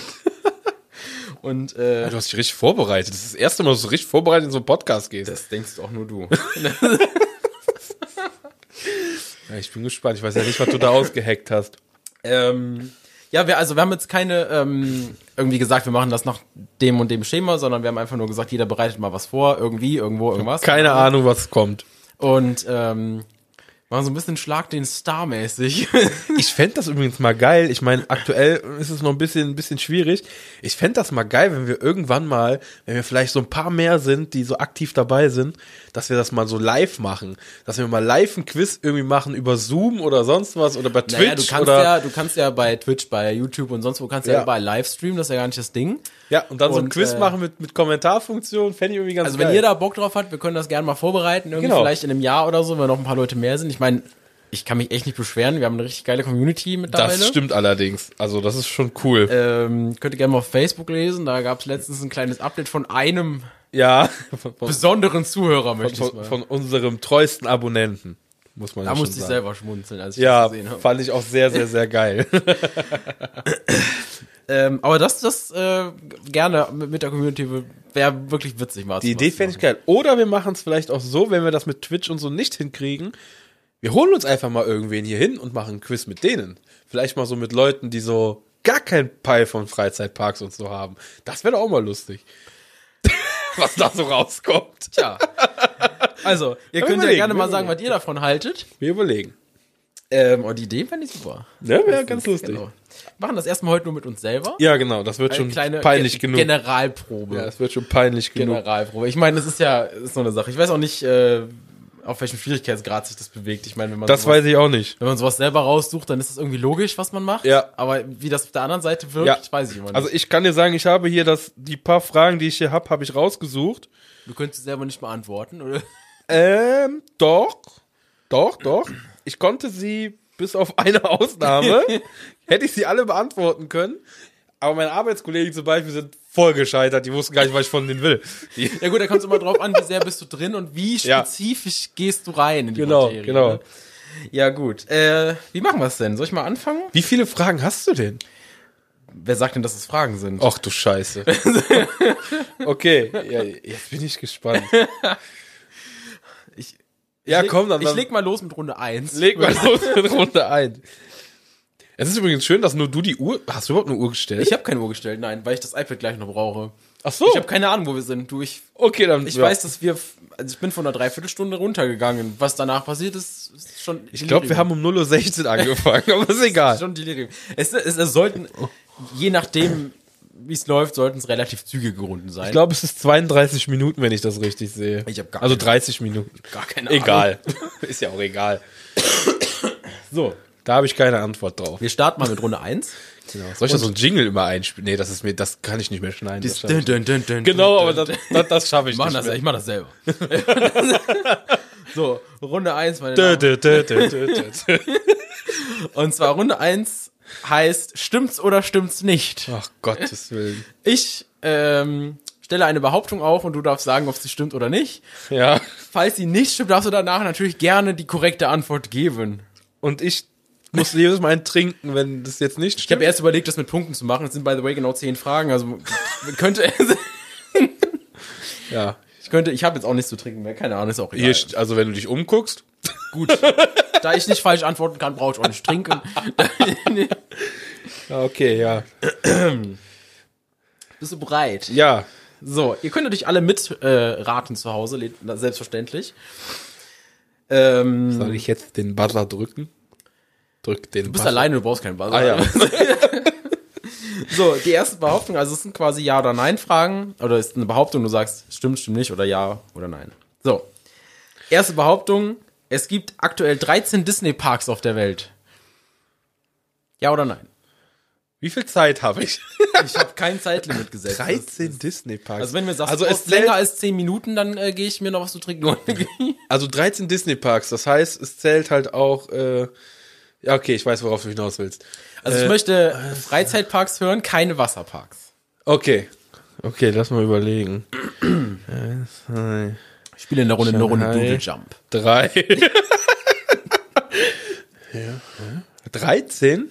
Und äh,
Du hast dich richtig vorbereitet. Das ist das erste Mal, dass du richtig vorbereitet in so einen Podcast gehst.
das denkst auch nur du.
Ja, ich bin gespannt. Ich weiß ja nicht, was du da ausgehackt hast.
ähm, ja, wir, also wir haben jetzt keine ähm, irgendwie gesagt, wir machen das nach dem und dem Schema, sondern wir haben einfach nur gesagt, jeder bereitet mal was vor, irgendwie, irgendwo, irgendwas.
Keine Ahnung, was kommt.
Und ähm, machen so ein bisschen Schlag den Star mäßig.
Ich fänd das übrigens mal geil. Ich meine, aktuell ist es noch ein bisschen, ein bisschen schwierig. Ich fänd das mal geil, wenn wir irgendwann mal, wenn wir vielleicht so ein paar mehr sind, die so aktiv dabei sind, dass wir das mal so live machen. Dass wir mal live ein Quiz irgendwie machen über Zoom oder sonst was oder bei Twitch
Naja, du kannst
oder.
ja, du kannst ja bei Twitch, bei YouTube und sonst wo kannst ja,
Ja.
ja überall Livestream, das ist ja gar nicht das Ding.
Ja, und dann so ein
Und,
Quiz
äh,
machen mit, mit Kommentarfunktion, fände ich irgendwie ganz
Also
geil.
wenn ihr da Bock drauf habt, wir können das gerne mal vorbereiten, irgendwie
Genau.
vielleicht in einem Jahr oder so, wenn noch ein paar Leute mehr sind. Ich meine, ich kann mich echt nicht beschweren, wir haben eine richtig geile Community mittlerweile.
das stimmt allerdings. Also das ist schon cool.
Ähm, könnt ihr gerne mal auf Facebook lesen, da gab es letztens ein kleines Update von einem
ja, von, von,
besonderen Zuhörer, möchte ich
von,
mal.
von unserem treuesten Abonnenten, muss man ja
da
schon
musste ich
sagen.
selber schmunzeln, als ich
Ja,
das gesehen habe.
fand ich auch sehr, sehr, sehr geil.
Ähm, aber das, das äh, gerne mit mit der Community wäre wirklich witzig, mal
Die Idee fände ich geil. Oder wir machen es vielleicht auch so, wenn wir das mit Twitch und so nicht hinkriegen. Wir holen uns einfach mal irgendwen hier hin und machen ein Quiz mit denen. Vielleicht mal so mit Leuten, die so gar keinen Peil von Freizeitparks und so haben. Das wäre doch auch mal lustig. Was da so rauskommt.
Tja. Also,
Wir
ihr könnt ja
überlegen,
gerne
wir
mal sagen,
überlegen.
was ihr davon haltet.
Wir überlegen.
Ähm, und die Idee fände ich super.
Ne, wäre ganz lustig.
Genau. Machen das erstmal heute nur mit uns selber.
Ja, genau. Das wird schon peinlich
Ge-
genug.
Generalprobe.
Ja, das wird schon peinlich genug.
Generalprobe. Ich meine, das ist ja das ist so eine Sache. Ich weiß auch nicht, äh, auf welchem Schwierigkeitsgrad sich das bewegt. Ich meine, wenn man
Das
sowas,
weiß ich auch nicht.
wenn man sowas selber raussucht, dann ist das irgendwie logisch, was man macht.
Ja.
Aber wie das auf der anderen Seite wirkt,
Ja.
weiß ich immer nicht.
Also ich kann dir sagen, ich habe hier das, die paar Fragen, die ich hier habe, habe ich rausgesucht.
du könntest selber nicht mal antworten, oder?
Ähm, doch. Doch, doch. Ich konnte sie bis auf eine Ausnahme, hätte ich sie alle beantworten können. Aber meine Arbeitskollegen zum Beispiel sind voll gescheitert. Die wussten gar nicht, was ich von denen will. Die,
Ja gut, da kommt es immer drauf an, wie sehr bist du drin und wie
Ja.
spezifisch gehst du rein in die
genau,
Materie.
genau.
ne? Ja gut. Äh, wie machen wir es denn? Soll ich mal anfangen?
Wie viele Fragen hast du denn?
Wer sagt denn, dass es Fragen sind?
Ach du Scheiße. Okay, ja, jetzt bin ich gespannt.
Ich,
Ja,
leg-
komm, dann,
Ich
dann
leg mal los mit Runde 1.
leg mal los mit Runde ein. Es ist übrigens schön, dass nur du die Uhr. Hast du überhaupt eine Uhr gestellt?
Ich habe keine Uhr gestellt, nein, weil ich das iPad gleich noch brauche.
Ach so.
Ich habe keine Ahnung, wo wir sind. Du, ich,
okay, dann.
ich
ja.
weiß, dass wir, f- also ich bin von einer Dreiviertelstunde runtergegangen. Was danach passiert ist, ist schon.
Ich glaube, wir haben um 0.16 Uhr angefangen, aber ist egal.
schon Delirium. Es, es, es sollten, je nachdem, wie es läuft, sollten es relativ zügige Runden sein.
Ich glaube, es ist 32 Minuten, wenn ich das richtig sehe.
Ich hab gar
also
keine-
30 Minuten.
gar keine
Egal. ist ja auch egal. so, da habe ich keine Antwort drauf.
Wir starten mal mit Runde 1.
Soll ich da so einen Jingle immer einspielen? Nee, das ist mir, das kann ich nicht mehr schneiden. Das schaffe ich.
Genau,
genau, aber das, das, das schaffe ich
Ich mach
nicht
das,
mehr.
ich mach das selber. so, Runde 1, meine
Dö,
Damen
dö, dö, dö, dö, dö.
Und zwar Runde 1 heißt Stimmt's oder stimmt's nicht?
Ach Gottes Willen.
Ich ähm, stelle eine Behauptung auf und du darfst sagen, ob sie stimmt oder nicht.
Ja.
Falls sie nicht stimmt, darfst du danach natürlich gerne die korrekte Antwort geben.
Und ich muss jedes Mal einen trinken, wenn das jetzt nicht
Ich habe
stimmt.
erst überlegt, das mit Punkten zu machen. Es sind by the way genau 10 Fragen, also man könnte
Ja.
ich könnte ich habe jetzt auch nichts zu trinken mehr, keine Ahnung, ist auch
Hier,
egal.
st- also wenn du dich umguckst.
Gut. da ich nicht falsch antworten kann, brauche ich auch nicht trinken.
Ah, Ja, okay, ja.
Bist du bereit?
Ja.
So, ihr könnt natürlich alle mitraten äh, raten zu Hause, le- na, selbstverständlich. Ähm,
Soll ich jetzt den Buzzer drücken? Drück den
du bist
Buzzer.
alleine, du brauchst keinen Buzzer.
Ah, ja.
So, die erste Behauptung, also es sind quasi Ja- oder Nein-Fragen. Oder es ist eine Behauptung, du sagst, stimmt, stimmt nicht oder Ja oder Nein. So, erste Behauptung, es gibt aktuell 13 Disney-Parks auf der Welt. Ja oder nein?
Wie viel Zeit habe ich?
Ich habe kein Zeitlimit gesetzt. Das-
13 Disney-Parks.
Also wenn du mir sagst,
also,
du
es
brauchst länger
zählt,
als 10 Minuten, dann äh, gehe ich mir noch was zu trinken. holen.
also 13 Disney-Parks, das heißt, es zählt halt auch, äh, ja, okay, ich weiß, worauf du hinaus willst.
Also ich möchte Freizeitparks hören, keine Wasserparks.
Okay. Okay, lass mal überlegen. Eins, zwei,
Ich spiele in der Runde eine Runde
Shanghai.
Doodle Jump.
Drei. ja. 13?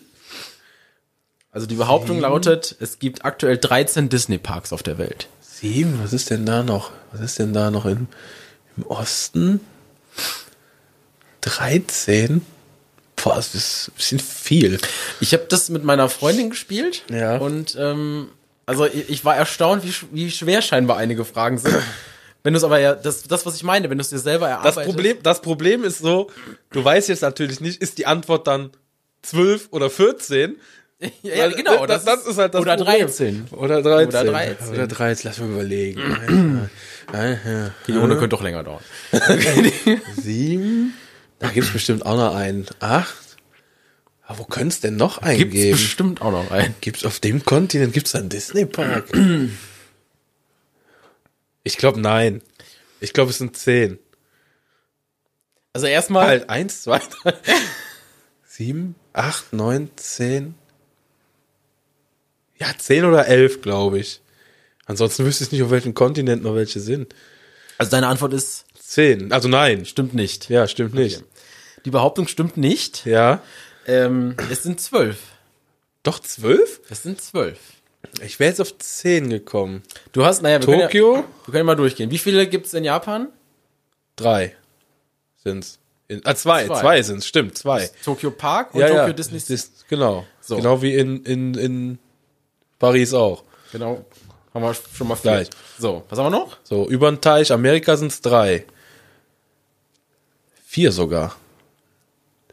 Also die Behauptung lautet, es gibt aktuell 13 Disney-Parks auf der Welt.
Sieben, was ist denn da noch? Was ist denn da noch im, im Osten? 13? Boah, das ist ein bisschen viel.
Ich habe das mit meiner Freundin gespielt.
Ja.
Und ähm, also ich, ich war erstaunt, wie, sch- wie schwer scheinbar einige Fragen sind. Wenn du es aber ja, das, das, was ich meine, wenn du es dir selber
Das
erarbeitest.
Problem, das Problem ist so, du weißt jetzt natürlich nicht, ist die Antwort dann 12 oder 14?
Ja, ja,
Weil,
genau.
ne, das, das ist halt das
Oder
Problem.
13.
Oder 13.
Oder 13.
Oder 13, lass mal überlegen.
Die Runde könnte doch länger dauern.
7. Da gibt es bestimmt auch noch einen. 8. Aber wo könnte es denn noch einen
Gibt's
geben?
bestimmt auch noch einen.
Gibt's auf dem Kontinent gibt's einen Disney Park? ich glaube nein. Ich glaube es sind zehn.
Also erstmal,
Halt eins, zwei, drei, sieben, acht, neun, zehn. Ja, zehn oder elf, glaube ich. Ansonsten wüsste ich nicht, auf welchem Kontinent noch welche sind.
also deine Antwort ist,
Zehn. Also nein.
stimmt nicht.
Ja, stimmt nicht.
Die Behauptung stimmt nicht.
Ja.
Ähm, es sind zwölf.
Doch zwölf?
Es sind zwölf.
Ich wäre jetzt auf zehn gekommen.
Du hast, naja, wir Können
Tokio?
ja, wir können mal durchgehen. Wie viele gibt's in Japan?
Drei sind's. In, ah, zwei,
Zwei.
zwei, sind's, stimmt, zwei.
Tokyo Park und
ja,
Tokyo
ja.
Disney Sea.
Dis genau.
So.
Genau wie in, in, in Paris auch.
Genau. Haben wir schon mal vier.
Gleich.
So, was haben wir noch?
So, über den Teich, Amerika sind's drei. Vier sogar.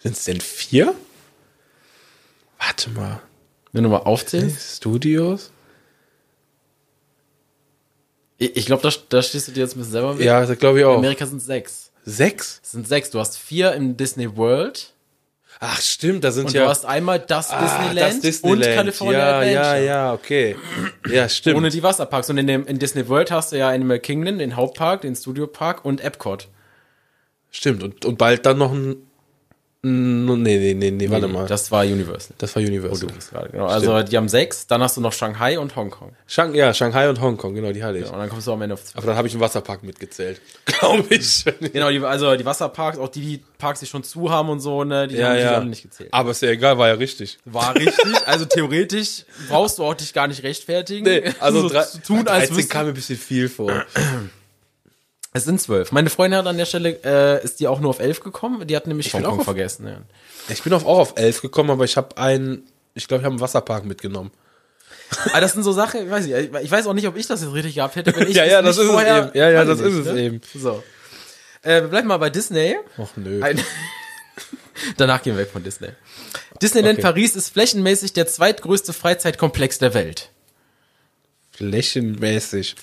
Sind's denn vier? Warte mal.
Wenn du mal aufzählst.
Studios?
Ich, ich glaube, da, da stehst du dir jetzt ein bisschen selber mit.
Ja, das glaube ich auch.
In Amerika sind sechs.
Sechs?
Es sind sechs. Du hast vier im Disney World
Ach, stimmt, da sind
und
ja. Ah,
du hast einmal Ah, das Disneyland
das Disneyland.
und California
ja,
Adventure.
ja, ja, okay. Ja, stimmt.
Ohne die Wasserparks. Und in, dem, in Disney World hast du ja Animal Kingdom, den Hauptpark, den Studio Park und Epcot.
Stimmt, und, und bald dann noch ein. ein- Nee, nee, nee, nee, warte mal. Das,
Das war Universal.
war Universal.
Du bist gerade, genau. Also die haben sechs, dann hast du noch Shanghai und Hongkong.
Shang ja, Shanghai und Hongkong, genau, die hatte ich.
Und dann kommst du am Ende auf zwei.
Aber dann habe ich einen Wasserpark mitgezählt. Glaube ich.
Genau, die, also die Wasserparks, auch die, die Parks, die schon zu haben und so, ne, die haben die alle nicht gezählt.
Aber ist ja egal, war ja richtig.
War richtig. Also theoretisch brauchst du auch dich gar nicht rechtfertigen. so
also drei-
zu tun, als
13
wüsste-
kam mir ein bisschen viel vor.
Es sind zwölf. Meine Freundin hat an der Stelle, äh, ist die auch nur auf elf gekommen. Die hat nämlich
bin
Hongkong
auch auf-
vergessen. Ja.
Ich bin auch auf 11 gekommen, aber ich habe einen, ich glaube, ich habe einen Wasserpark mitgenommen.
Aber Ah, das sind so Sachen, ich weiß nicht, ich weiß auch nicht, ob ich das jetzt richtig gehabt hätte, wenn ich
Ja, ja,
nicht
das ist es
vorher-
eben. Ja, ja,
Weiß
das
ich ne?
ist es eben.
So. Äh, wir bleiben mal bei Disney.
Och nö.
Ein Danach gehen wir weg von Disney. Disneyland
Okay.
Paris ist flächenmäßig der zweitgrößte Freizeitkomplex der Welt.
Flächenmäßig.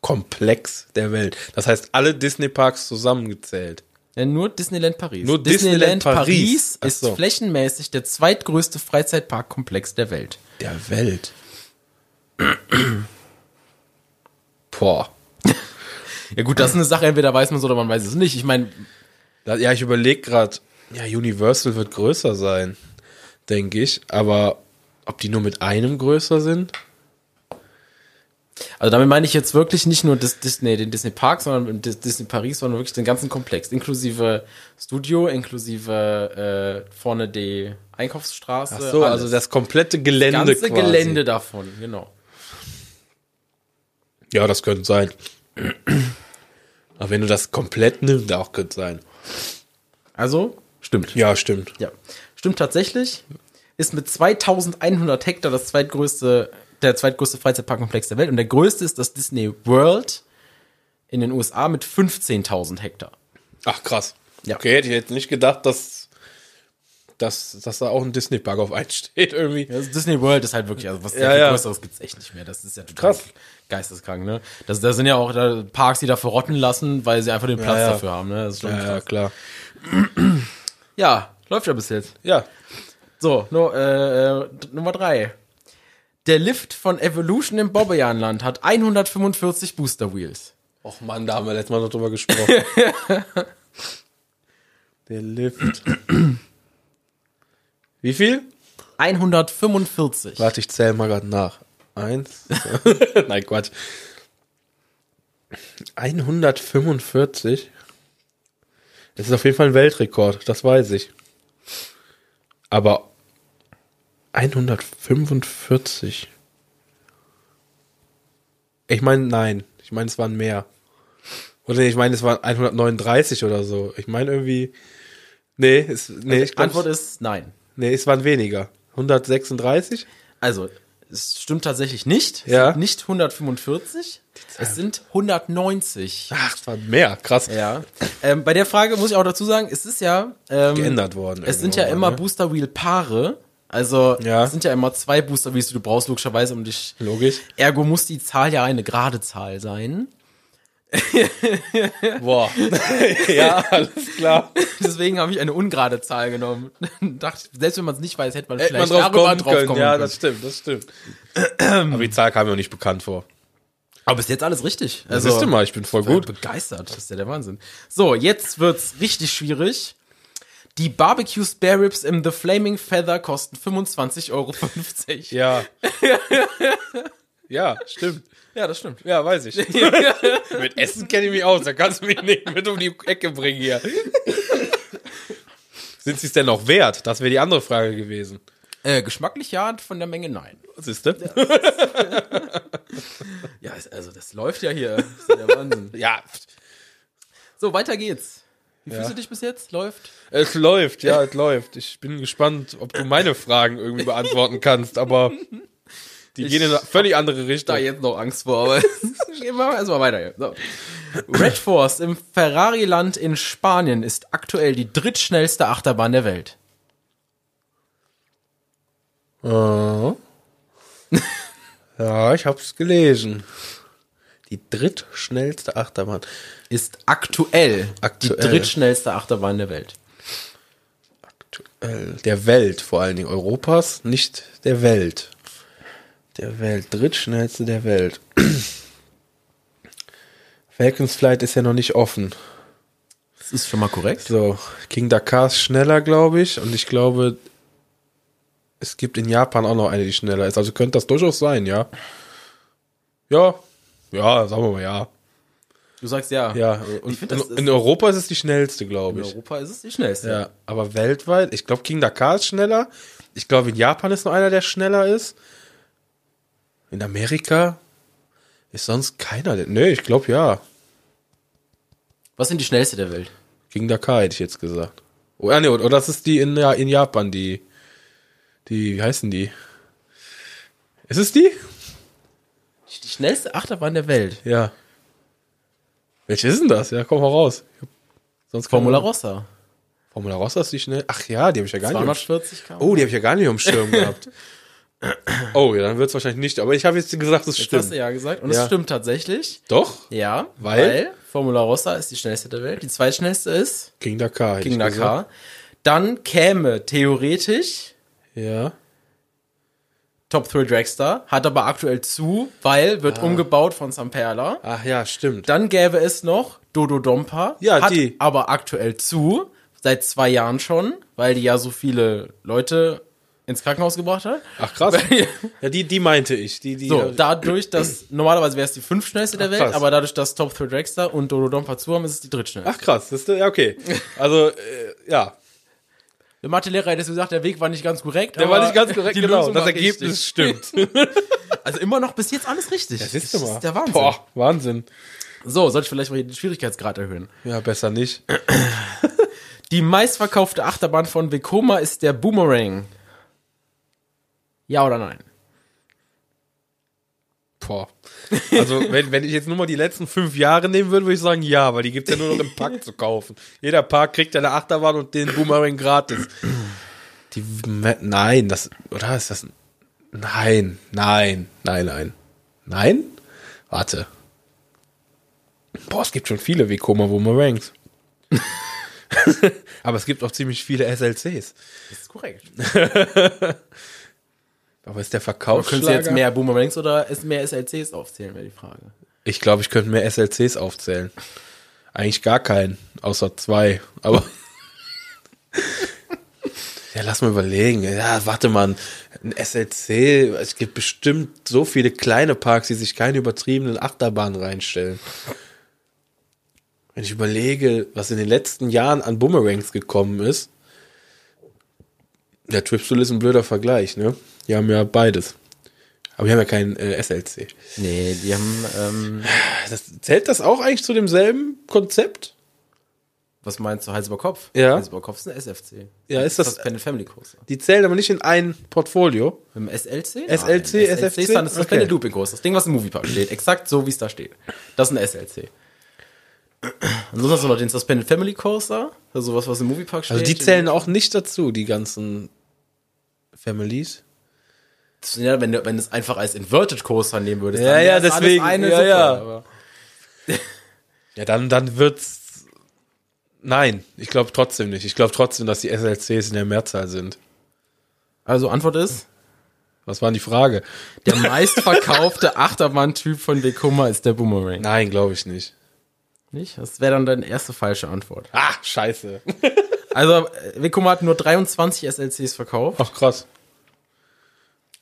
Komplex der Welt. Das heißt, alle Disney-Parks zusammengezählt.
Ja, Äh, nur Disneyland Paris.
Nur Disneyland Paris. Ach
ist
so.
flächenmäßig der zweitgrößte Freizeitparkkomplex der Welt.
Der Welt. Boah.
Ja gut, das ist eine Sache, entweder weiß man es oder man weiß es nicht. Ich meine,
Da- Ja, ich überlege gerade, ja, Universal wird größer sein, denke ich. Aber ob die nur mit einem größer sind?
also damit meine ich jetzt wirklich nicht nur das Disney, den Disney Park, sondern das Disney Paris, sondern wirklich den ganzen Komplex, inklusive Studio, inklusive äh, vorne die Einkaufsstraße.
Ach so,
alles.
also das komplette Gelände
ganze
quasi.
Gelände davon, genau.
Ja, das könnte sein. Aber wenn du das komplett nimmst, auch könnte sein.
Also stimmt.
Ja, stimmt.
Ja, stimmt tatsächlich. Ist mit 2100 Hektar das zweitgrößte der zweitgrößte Freizeitparkkomplex der Welt und der größte ist das Disney World in den USA mit 15.000 Hektar.
Ach, krass.
Ja.
Okay, hätte ich jetzt nicht gedacht, dass, dass, dass da auch ein Disney-Park auf einen steht irgendwie.
Also Disney World ist halt wirklich, also was
Ja,
viel
ja.
Größeres gibt's echt nicht mehr. Das ist ja total
Krass.
geisteskrank, ne? Das, da sind ja auch da Parks, die da verrotten lassen, weil sie einfach den Platz
ja.
dafür haben, ne? Das ist schon
Ja,
krass.
klar.
ja, läuft ja bis jetzt.
Ja.
So, no, äh, äh, Nummer drei. Der Lift von Evolution im Bobbejahnland hat 145 Booster Wheels.
Och Mann, da haben wir letztes Mal noch drüber gesprochen. Der Lift. Wie viel?
145.
Warte, ich zähle mal gerade nach. Eins. Nein, Quatsch. 145. Das ist auf jeden Fall ein Weltrekord, das weiß ich. Aber 145. Ich meine, nein. Ich meine, es waren mehr. Oder nee, ich meine, es waren 139 oder so. Ich meine irgendwie. Nee, es, nee, ich glaub,
Antwort ist nein.
nee, es waren weniger. 136?
Also, es stimmt tatsächlich nicht. Es
Ja.
sind nicht 145. Es sind 190.
Ach, es waren mehr. Krass.
Ja. Ähm, bei der Frage muss ich auch dazu sagen, es ist ja ähm,
Geändert worden
Es sind ja
irgendwann,
immer
ne?
Booster Wheel Paare. Also
Ja.
es sind ja immer zwei Booster Wheels, die du brauchst logischerweise, um dich.
Logisch.
Ergo muss die Zahl ja eine gerade Zahl sein.
Boah. ja, alles klar.
Deswegen habe ich eine ungerade Zahl genommen. Dachte, ich, selbst wenn man es nicht weiß, hätte man
Hätte man
vielleicht
drauf
darüber
kommen
drauf
können.
kommen
ja,
können.
das stimmt, das stimmt. Aber die Zahl kam mir auch nicht bekannt vor.
Aber bis jetzt alles richtig.
Das
Also
siehst du mal, ich bin voll
gut.
gut.
begeistert. Das ist ja der Wahnsinn. So, jetzt wird's richtig schwierig. Die Barbecue Spare Ribs im The Flaming Feather kosten 25,50 Euro.
Ja. ja, stimmt.
ja, das stimmt.
Ja, weiß ich. mit Essen kenne ich mich aus, da kannst du mich nicht mit um die Ecke bringen hier. sind sie es denn noch wert? Das wäre die andere Frage gewesen.
Äh, geschmacklich ja, von der Menge nein.
Siehst du?
Ja, es- also das läuft ja hier. Das ist ja der Wahnsinn.
Ja.
So, weiter geht's. Wie fühlst
Ja.
du dich bis jetzt? Läuft?
Es läuft, ja, es läuft. Ich bin gespannt, ob du meine Fragen irgendwie beantworten kannst, aber die gehen in eine völlig andere Richtung.
Da jetzt noch Angst vor, aber gehen wir erstmal weiter hier. So. Red Force im Ferrari-Land in Spanien ist aktuell die drittschnellste Achterbahn der Welt.
Ja, ich hab's gelesen. Die drittschnellste Achterbahn.
Ist aktuell,
Aktuell.
die drittschnellste Achterbahn der Welt.
Aktuell. äh, Der Welt vor allen Dingen. Europas, nicht der Welt. Der Welt. Drittschnellste der Welt. Falcons Flight ist ja noch nicht offen.
Das ist schon mal korrekt.
So, King Dakar ist schneller, glaube ich. Und ich glaube, es gibt in Japan auch noch eine, die schneller ist. Also könnte das durchaus sein, ja. Ja. Ja, sagen wir mal ja.
Du sagst ja.
Ja,
Ich
und
find, das
in,
ist-
in Europa ist es die schnellste, glaube
In
ich.
Europa ist es die schnellste.
Ja, aber weltweit, ich glaube, King Dakar ist schneller. Ich glaube, in Japan ist noch einer, der schneller ist. In Amerika ist sonst keiner. Der, nee, ich glaube ja.
Was sind die schnellste der Welt?
King Dakar hätte ich jetzt gesagt. Oh, ja, nee, oder das ist die in, ja, in Japan, die. Die, wie heißen die? Ist es die?
Die schnellste Achterbahn der Welt.
Ja. Welche ist denn das? Ja, komm mal raus. Ich hab Sonst keine
Formula
Ahnung.
Rossa.
Formula Rossa ist die schnell. Ach ja, die habe ich ja gar nicht. im
240 km.
Oh, die habe ich ja gar nicht im Schirm gehabt. Oh, ja, dann wird's wahrscheinlich nicht. Aber ich habe jetzt gesagt, es
Das hast
stimmt.
du ja gesagt. Und
Ja.
es stimmt tatsächlich.
Doch?
Ja,
Weil?
Formula Rossa ist die schnellste der Welt. Die zweitschnellste ist
King Dakar. hätte
King
ich gesagt.
Dakar. Dann käme theoretisch
Ja.
Top 3 Dragster, hat aber aktuell zu, weil wird umgebaut von Samperla.
Ach ja, stimmt.
Dann gäbe es noch Dodo Dompa,
Ja,
hat
die.
aber aktuell zu, seit zwei Jahren schon, weil die ja so viele Leute ins Krankenhaus gebracht hat.
Ach krass. Ja, die, die meinte ich. Die, die,
So, dadurch, dass normalerweise wäre es die fünf schnellste der
Ach,
Welt,
krass.
aber dadurch, dass Top 3 Dragster und Dodo Dompa zu haben, ist es die drittschnellste.
Ach krass, das ist, ja, okay. Also, äh, ja.
Der Mathelehrer hätte so gesagt, der Weg war nicht ganz korrekt.
Der war nicht ganz korrekt,
die
genau.
Lösung
Das
war
Ergebnis
richtig.
stimmt.
Also immer noch bis jetzt alles richtig. Das
Siehst du mal.
ist der Wahnsinn.
Boah, Wahnsinn.
So, sollte ich vielleicht mal hier den Schwierigkeitsgrad erhöhen.
Ja, besser nicht.
Die meistverkaufte Achterbahn von Vekoma ist der Boomerang. Ja oder nein?
boah. Also, wenn, wenn ich jetzt nur mal die letzten fünf Jahre nehmen würde, würde ich sagen, ja, weil die gibt's ja nur noch im Pack zu kaufen. Jeder Park kriegt ja eine Achterbahn und den Boomerang gratis. Die, nein, das, oder ist das, nein, nein, nein, nein. Nein? Warte. Boah, es gibt schon viele Vekoma Boomerangs. Aber es gibt auch ziemlich viele SLCs.
Das ist korrekt.
Aber ist der
Aber
Verkauf
könntest du jetzt mehr Boomerangs oder ist mehr SLCs aufzählen, wäre die Frage.
Ich glaube, ich könnte mehr SLCs aufzählen. Eigentlich gar keinen, außer zwei. Aber. ja, lass mal überlegen. Ja, warte mal. Ein SLC, es gibt bestimmt so viele kleine Parks, die sich keine übertriebenen Achterbahnen reinstellen. Wenn ich überlege, was in den letzten Jahren an Boomerangs gekommen ist. Der Tripstool ist ein blöder Vergleich, ne? Die haben ja beides. Aber die haben ja keinen äh, SLC.
Nee, die haben, ähm,
Das, zählt das auch eigentlich zu demselben Konzept?
was meinst du, Hals über Kopf?
Ja.
Hals über Kopf ist ein SFC.
Ja, ist das-
Das Planet Family Coaster.
Die zählen aber nicht in ein Portfolio.
Im SLC?
SLC,
Nein, SLC ist dann das
Okay.
okay. Looping Coaster. Das Ding, was im Moviepark steht. Exakt so, wie es da steht. Das ist ein SLC. Ansonsten hast du noch den Suspended Family Coaster. Also sowas, was im Moviepark steht.
Also die zählen auch nicht dazu, die ganzen Families.
Ja, wenn du wenn du es einfach als Inverted Coaster nehmen würdest.
Ja,
dann
ja,
wär's alles
deswegen.
Eine
Ja,
Suppe,
ja.
Aber
Ja, dann, dann wird's. Nein, ich glaube trotzdem nicht. Ich glaube trotzdem, dass die SLCs in der Mehrzahl sind.
also Antwort ist,
Was war die Frage?
der meistverkaufte Achterbahntyp von Vekoma ist der Boomerang.
Nein, glaube ich nicht.
Nicht? Das wäre dann deine erste falsche Antwort.
Ah, scheiße.
Also äh, Vekoma hat nur 23 SLCs verkauft,
Ach krass.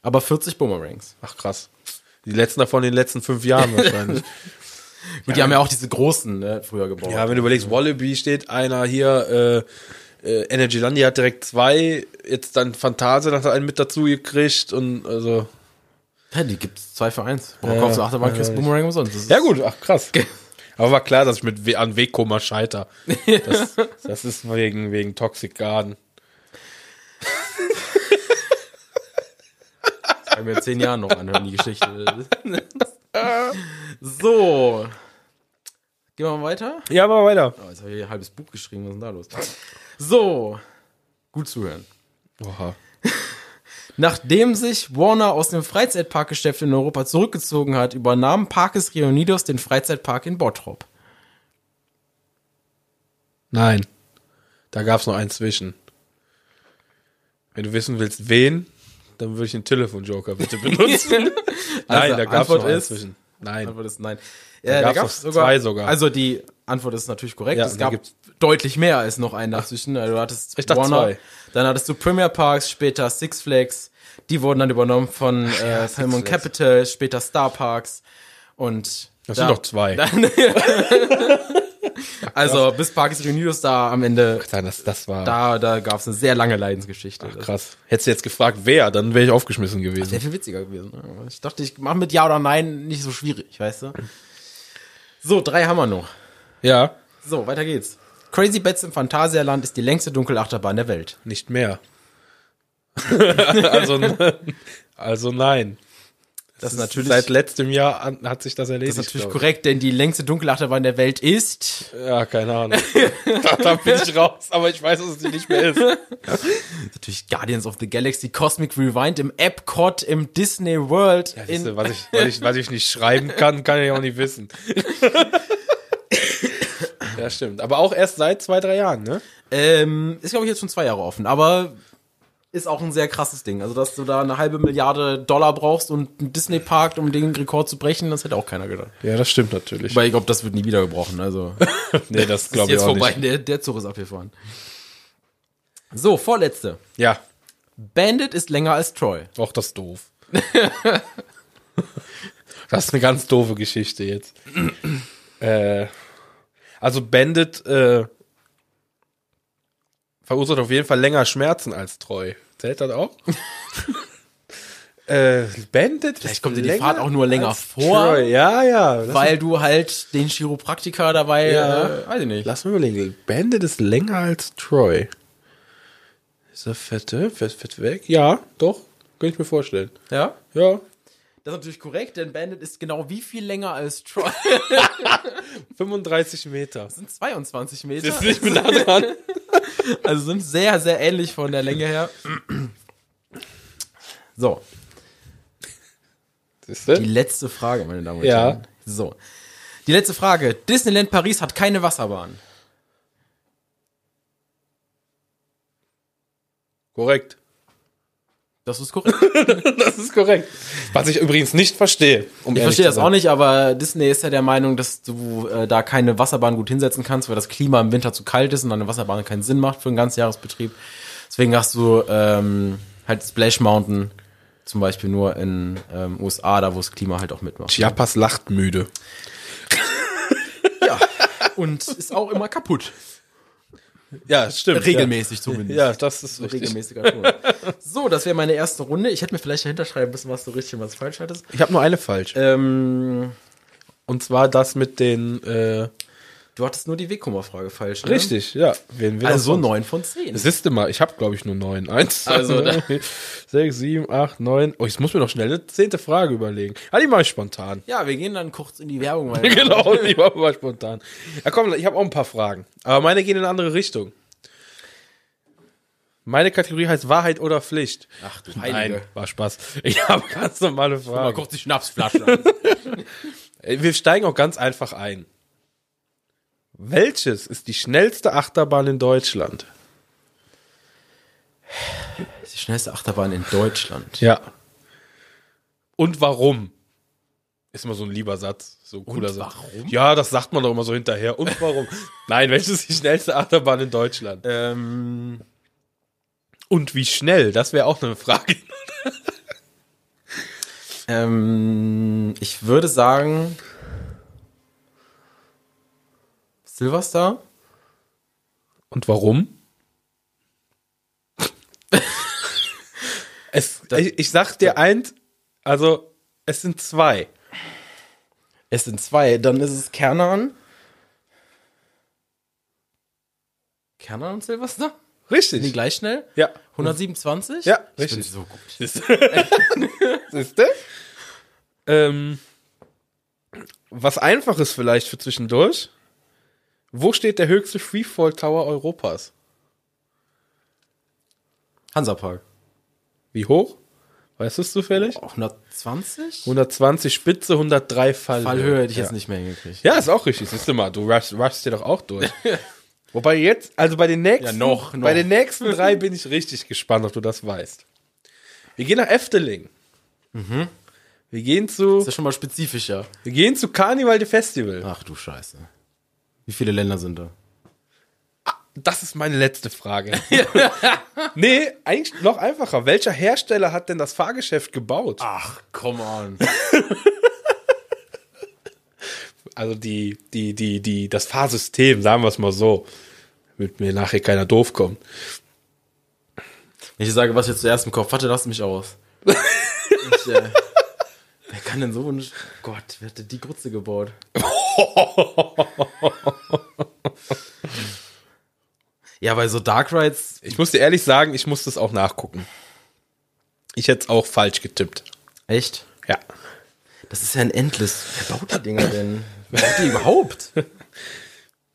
aber 40 Boomerangs.
Ach krass. Die letzten davon in den letzten fünf Jahren wahrscheinlich.
Und die haben ja auch diese großen ne, früher gebaut.
Ja, wenn du überlegst, Wallaby steht einer hier, äh, äh, Energylandia hat direkt zwei, jetzt dann Phantase hat er einen mit dazu gekriegt und also.
Ja, die gibt's zwei für eins. Warum
Ja,
kaufst du Achterbahn,
ja,
kriegst
ja.
Boomerang umsonst? Das ist-
Ja gut, ach krass. Aber war klar, dass ich mit We an Wegkoma scheiter. Das, das ist wegen, wegen Toxic Garden.
Kann ich mir in zehn Jahren noch anhören, die Geschichte. so. Gehen wir mal weiter.
Ja, mal weiter.
Oh, jetzt habe ich hier ein halbes Buch geschrieben, was ist denn da los? So. Gut zuhören.
Oha.
Nachdem sich Warner aus dem Freizeitparkgeschäft in Europa zurückgezogen hat, übernahm Parques Reunidos den Freizeitpark in Bottrop.
Nein. Da gab's noch einen zwischen. Wenn du wissen willst, wen, dann würde ich den Telefonjoker bitte benutzen. Nein, da gab's
Also, Antwort
noch einen
ist-
zwischen. Nein.
Antwort ist nein. Äh,
gab's doch zwei sogar.
Also die Antwort ist natürlich korrekt.
Ja,
es
da
gab
gibt's-
deutlich mehr als noch einen dazwischen. Also du hattest
Ich dachte zwei.
dann hattest du Premier Parks, später Six Flags. Die wurden dann übernommen von äh, Paramount
Flags.
Capital, später Star Parks und
Das
da-
sind doch zwei.
Also bis Parks Reunidos da am Ende,
Nein, das, das war.
da, da gab es eine sehr lange Leidensgeschichte. Das-
Krass. Hättest du jetzt gefragt, wer, dann wäre ich aufgeschmissen gewesen.
Wäre viel witziger gewesen. ne? Ich dachte, ich mache mit Ja oder Nein nicht so schwierig, weißt du? So, drei haben wir noch.
Ja,
So, weiter geht's. Crazy Bats im Phantasialand ist die längste Dunkelachterbahn der Welt.
nicht mehr. also, also nein.
Das, ist natürlich,
Seit letztem Jahr an, hat sich das erledigt.
das ist natürlich
glaub ich.
korrekt, denn die längste Dunkelachterbahn der Welt ist.
Ja, keine Ahnung. da, da bin ich raus, aber ich weiß, dass es die nicht mehr ist.
Natürlich Guardians of the Galaxy Cosmic Rewind im Epcot im Disney World. in,
Siehste, was, ich, was, ich, was ich nicht schreiben kann, kann ich auch nicht wissen. ja, stimmt. Aber auch erst seit zwei, drei Jahren, ne?
ähm, ist, glaube ich, jetzt schon zwei Jahre offen, aber ist auch ein sehr krasses Ding. Also, dass du da eine halbe Milliarde Dollar brauchst und einen Disney Park, um den Rekord zu brechen, das hätte auch keiner gedacht.
Ja, das stimmt natürlich.
Weil ich glaube, das wird nie wieder gebrochen. Also.
Nee, das
Ist
glaube ich
jetzt
auch
vorbei,
nicht.
Der, der Zug ist abgefahren. So, vorletzte.
Ja,
Bandit ist länger als Troy.
auch das ist doof. das ist eine ganz doofe Geschichte jetzt. äh, also Bandit äh, verursacht auf jeden Fall länger Schmerzen als Treu. Zählt das auch? äh, Bandit?
Vielleicht kommt dir die Fahrt auch nur länger vor,
Troy. Ja, ja. Lass,
weil du halt den Chiropraktiker dabei,
Ja.
äh, weiß ich nicht.
lass mal überlegen. Bandit ist länger als Troy. Ist er fette? Fett, fett weg? Ja, doch. Könnte ich mir vorstellen.
Ja?
Ja.
Das ist natürlich korrekt, denn Bandit ist genau wie viel länger als Troy?
35 Meter.
Das sind 22 Meter.
Das ist nicht mit nah dran.
Also sind sehr, sehr ähnlich von der Länge her. So,
Siehst
die
du?
letzte Frage, meine Damen und
Ja.
Herren. So. Die letzte Frage. Disneyland Paris hat keine Wasserbahn.
Korrekt.
Das ist korrekt.
Das ist korrekt. Was ich übrigens nicht verstehe. Um
Ich verstehe das auch nicht, aber Disney ist ja der Meinung, dass du äh, da keine Wasserbahn gut hinsetzen kannst, weil das Klima im Winter zu kalt ist und eine Wasserbahn keinen Sinn macht für einen ganzen Jahresbetrieb. Deswegen hast du ähm, halt Splash Mountain zum Beispiel nur in ähm, USA, da wo das Klima halt auch mitmacht.
Chiapas lacht müde.
Und ist auch immer kaputt.
Ja, stimmt.
Regelmäßig zumindest.
Ja, ja das ist richtig.
Regelmäßiger Ton. So, das wäre meine erste Runde. Ich hätte mir vielleicht dahinter schreiben müssen, was du richtig und was falsch hattest.
Ich habe nur eine falsch.
Ähm,
Äh, Und zwar das mit den. Äh,
du hattest nur die Wegkummerfrage falsch. Ne?
richtig, ja. Wen will
Also
das sonst?
9 von 10.
Siehst du mal, ich habe glaube ich nur neun. Eins,
Also, da-
sechs, sieben, acht, neun. Oh, ich muss mir noch schnell eine zehnte Frage überlegen. Ah, die mache ich spontan.
Ja, wir gehen dann kurz in die Werbung rein.
genau, die mache ich mal spontan. Ja, komm, ich habe auch ein paar Fragen. Aber meine gehen in eine andere Richtung. Meine Kategorie heißt Wahrheit oder Pflicht.
Ach du
Nein, war Spaß. Ich habe ganz normale
Mal
Fragen.
kurz die Schnapsflasche an.
Ey, Wir steigen auch ganz einfach ein. Welches ist die schnellste Achterbahn in Deutschland?
Die schnellste Achterbahn in Deutschland.
Ja. Und warum? Ist immer so ein lieber Satz, so ein cooler Satz.
warum?
Ja, das sagt man doch immer so hinterher. Und warum? Nein, welches ist die schnellste Achterbahn in Deutschland?
Ähm,
Und wie schnell? Das wäre auch eine Frage.
ähm, ich würde sagen. Silverstar?
Und warum? es, ich, ich sag dir eins, also es sind zwei.
Es sind zwei. Dann ist es Kernan. Kernan und Silverstar? Sind die
Richtig.
gleich schnell?
Ja.
127?
Ja,
ich
richtig.
Bin so gut.
Siehste? Ähm, was einfaches vielleicht für zwischendurch. Wo steht der höchste Freefall Tower Europas?
Hansapark.
Wie hoch? Weißt du es zufällig?
120?
120 Spitze, 103 Fallhöhe.
Fallhöhe hätte ich
ja.
jetzt nicht mehr hingekriegt.
Ja, ist auch richtig. Siehst du mal, du rushst, rushst dir doch auch durch. Wobei jetzt, also bei den nächsten,
Ja, noch, noch.
bei den nächsten drei bin ich richtig gespannt, ob du das weißt. Wir gehen nach Efteling.
Mhm.
Wir gehen
Ist
zu,
ja schon mal spezifischer.
wir gehen zu Carnival de Festival.
Ach du Scheiße. Wie viele Länder sind da?
Das ist meine letzte Frage. nee, eigentlich noch einfacher. Welcher Hersteller hat denn das Fahrgeschäft gebaut?
Ach, come on.
Also die, die, die, die, das Fahrsystem, sagen wir es mal so. Damit mir nachher keiner doof kommt.
Wenn ich sage, was ich jetzt zuerst im Kopf hatte, lass mich aus. ich, äh, wer kann denn so ein... Gott, wer hat denn die Grütze gebaut? ja, bei so Dark Rides...
Ich muss dir ehrlich sagen, ich muss das auch nachgucken. Ich hätte es auch falsch getippt.
Echt?
Ja.
Das ist ja ein Endless. Wer baut die Dinger denn? Wer baut die überhaupt?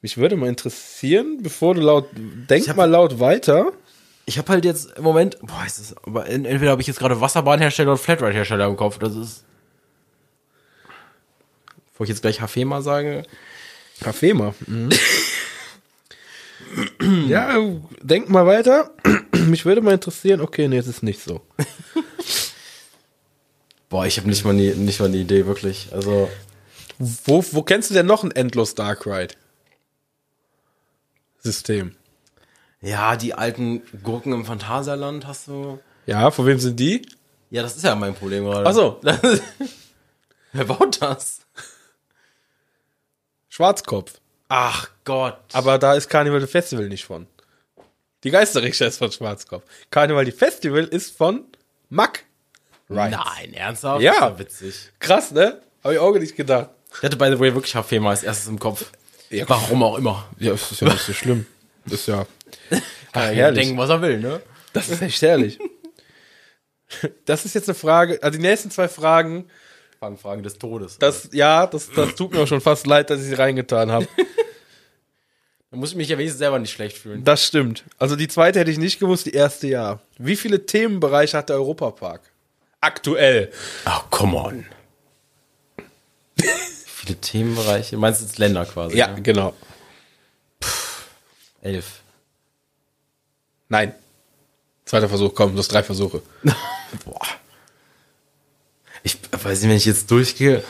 Mich würde mal interessieren, bevor du laut, denk mal laut weiter.
Ich habe halt jetzt im Moment... Boah, ist das... Aber en- entweder habe ich jetzt gerade Wasserbahnhersteller oder Flatride-Hersteller im Kopf. Das ist... Wo ich jetzt gleich Hafema sage...
Hafema. ja, denk mal weiter. Mich würde mal interessieren, okay, nee, es ist nicht so.
Boah, ich habe nicht mal nie, nicht mal eine Idee wirklich. Also
Wo, wo kennst du denn noch ein endlos Dark Ride? System.
ja, die alten Gurken im Phantasialand hast du.
Ja, von wem sind die?
Ja, das ist ja mein Problem gerade.
Ach so.
Das- Wer baut das?
Schwarzkopf.
Ach Gott.
Aber da ist Carnival the Festival nicht von. Die Geisterrichter ist von Schwarzkopf. Carnival the Festival ist von Mack. Rides.
Nein, ernsthaft?
Ja.
Das ist witzig.
Krass, ne? Hab ich auch nicht gedacht.
Ich hatte by the way wirklich Hafema als erstes im Kopf.
Ja.
Warum auch immer.
Ja, es ist ja nicht so schlimm. Ist ja. Ach,
Denken, was er will, ne?
Das ist echt herrlich. Das ist jetzt eine Frage, also die nächsten zwei Fragen,
Fragen, Fragen des Todes.
das, ja, das, das tut mir auch schon fast leid, dass ich sie reingetan habe.
da muss ich mich ja wenigstens selber nicht schlecht fühlen.
Das stimmt. Also die zweite hätte ich nicht gewusst, die erste ja. Wie viele Themenbereiche hat der Europapark? Aktuell.
Ach, come on. Viele Themenbereiche. Meinst du jetzt Länder quasi?
Ja,
ne?
genau.
Elf.
Nein. Zweiter Versuch, komm, du hast drei Versuche.
Boah. Ich weiß nicht, wenn ich jetzt durchgehe.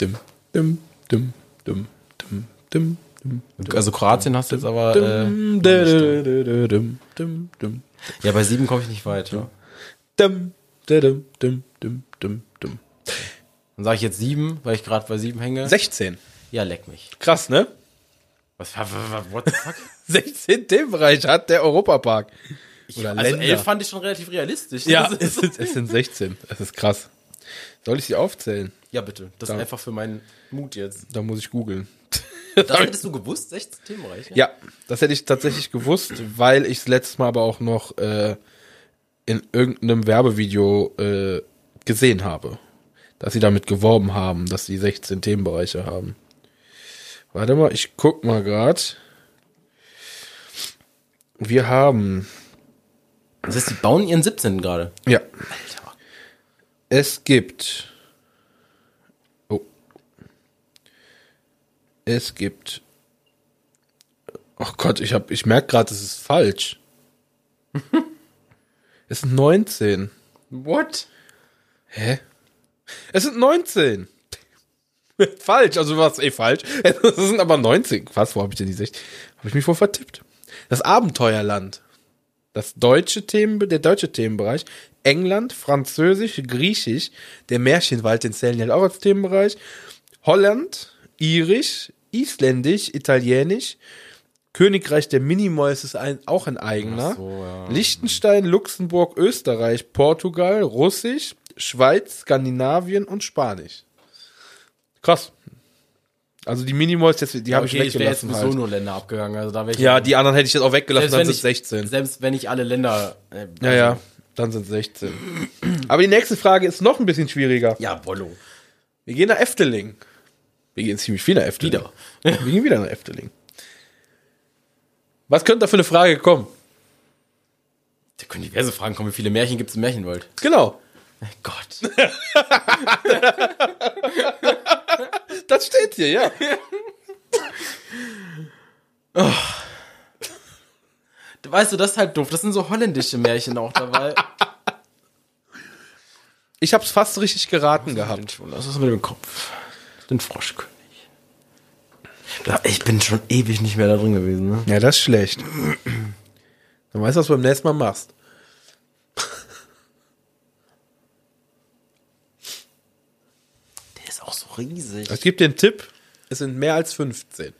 Dim, dim, dim, dim, dim, dim, dim.
Also Kroatien hast du jetzt aber. Äh,
Dim, dä, dä, dä, dim, dim, dim.
ja, bei sieben komme ich nicht weit. Ne?
Dim, dä, dim, dim, dim, dim, dim.
Dann sage ich jetzt sieben, weil ich gerade bei sieben hänge.
16.
Ja, leck mich.
Krass, ne?
Was, wa- wa- wa- what the fuck?
16 Themenbereiche hat der Europapark. Oder
also
Länder.
elf fand ich schon relativ realistisch.
Ja,
Das
es
ist-
sind, es sind 16. Das ist krass. Soll ich sie aufzählen?
ja bitte. Das ist einfach für meinen Mut jetzt.
Da muss ich googeln.
Das hättest du gewusst, 16 Themenbereiche?
Ja, das hätte ich tatsächlich gewusst, weil ich es letztes Mal aber auch noch äh, in irgendeinem Werbevideo äh, gesehen habe. Dass sie damit geworben haben, dass sie 16 Themenbereiche haben. Warte mal, ich guck mal grad. Wir haben.
Das heißt, die bauen ihren 17. gerade.
Ja,
Alter.
Es gibt. Oh. Es gibt. Oh Gott, ich, hab- ich merke gerade, es ist falsch. es sind 19.
What?
Hä? Es sind 19. falsch, also war es eh falsch. Es sind aber 19. Was, wo habe ich denn die 16? Habe ich mich wohl vertippt. Das Abenteuerland. Das deutsche Themen, der deutsche Themenbereich. England, Französisch, Griechisch. Der Märchenwald, den zählen die halt auch als Themenbereich. Holland, Irisch, Isländisch, Italienisch. Königreich der Minimäuse ist ein, auch ein eigener.
Ach so, ja.
Liechtenstein, Luxemburg, Österreich, Portugal, Russisch, Schweiz, Skandinavien und Spanisch. Krass. Also die Minimoys, jetzt- die habe
okay,
ich
ich wäre jetzt
weggelassen.
sowieso
halt.
nur Länder abgegangen. Also da wäre ich
Ja, die anderen hätte ich jetzt auch weggelassen, dann sind
ich,
16.
Selbst wenn ich alle Länder. Äh,
Ja, ja, dann sind 16. Aber die nächste Frage ist noch ein bisschen schwieriger.
Ja, Bollo.
Wir gehen nach Efteling. Wir gehen ziemlich viel nach Efteling.
Wieder.
Wir gehen wieder nach Efteling. Was könnte da für eine Frage kommen?
Da können diverse Fragen kommen. Wie viele Märchen gibt es im Märchenwald?
Genau.
Gott.
Das steht hier, ja.
Weißt du, das ist halt doof. Das sind so holländische Märchen auch dabei.
Ich habe es fast richtig geraten gehabt.
schon. Das ist mit dem Kopf. Den Froschkönig. Da- Ich bin schon ewig nicht mehr da drin gewesen, ne?
Ja, das ist schlecht. Dann weißt du, was du beim nächsten Mal machst.
Der ist auch so riesig.
Ich gebe dir einen Tipp. Es sind mehr als 15.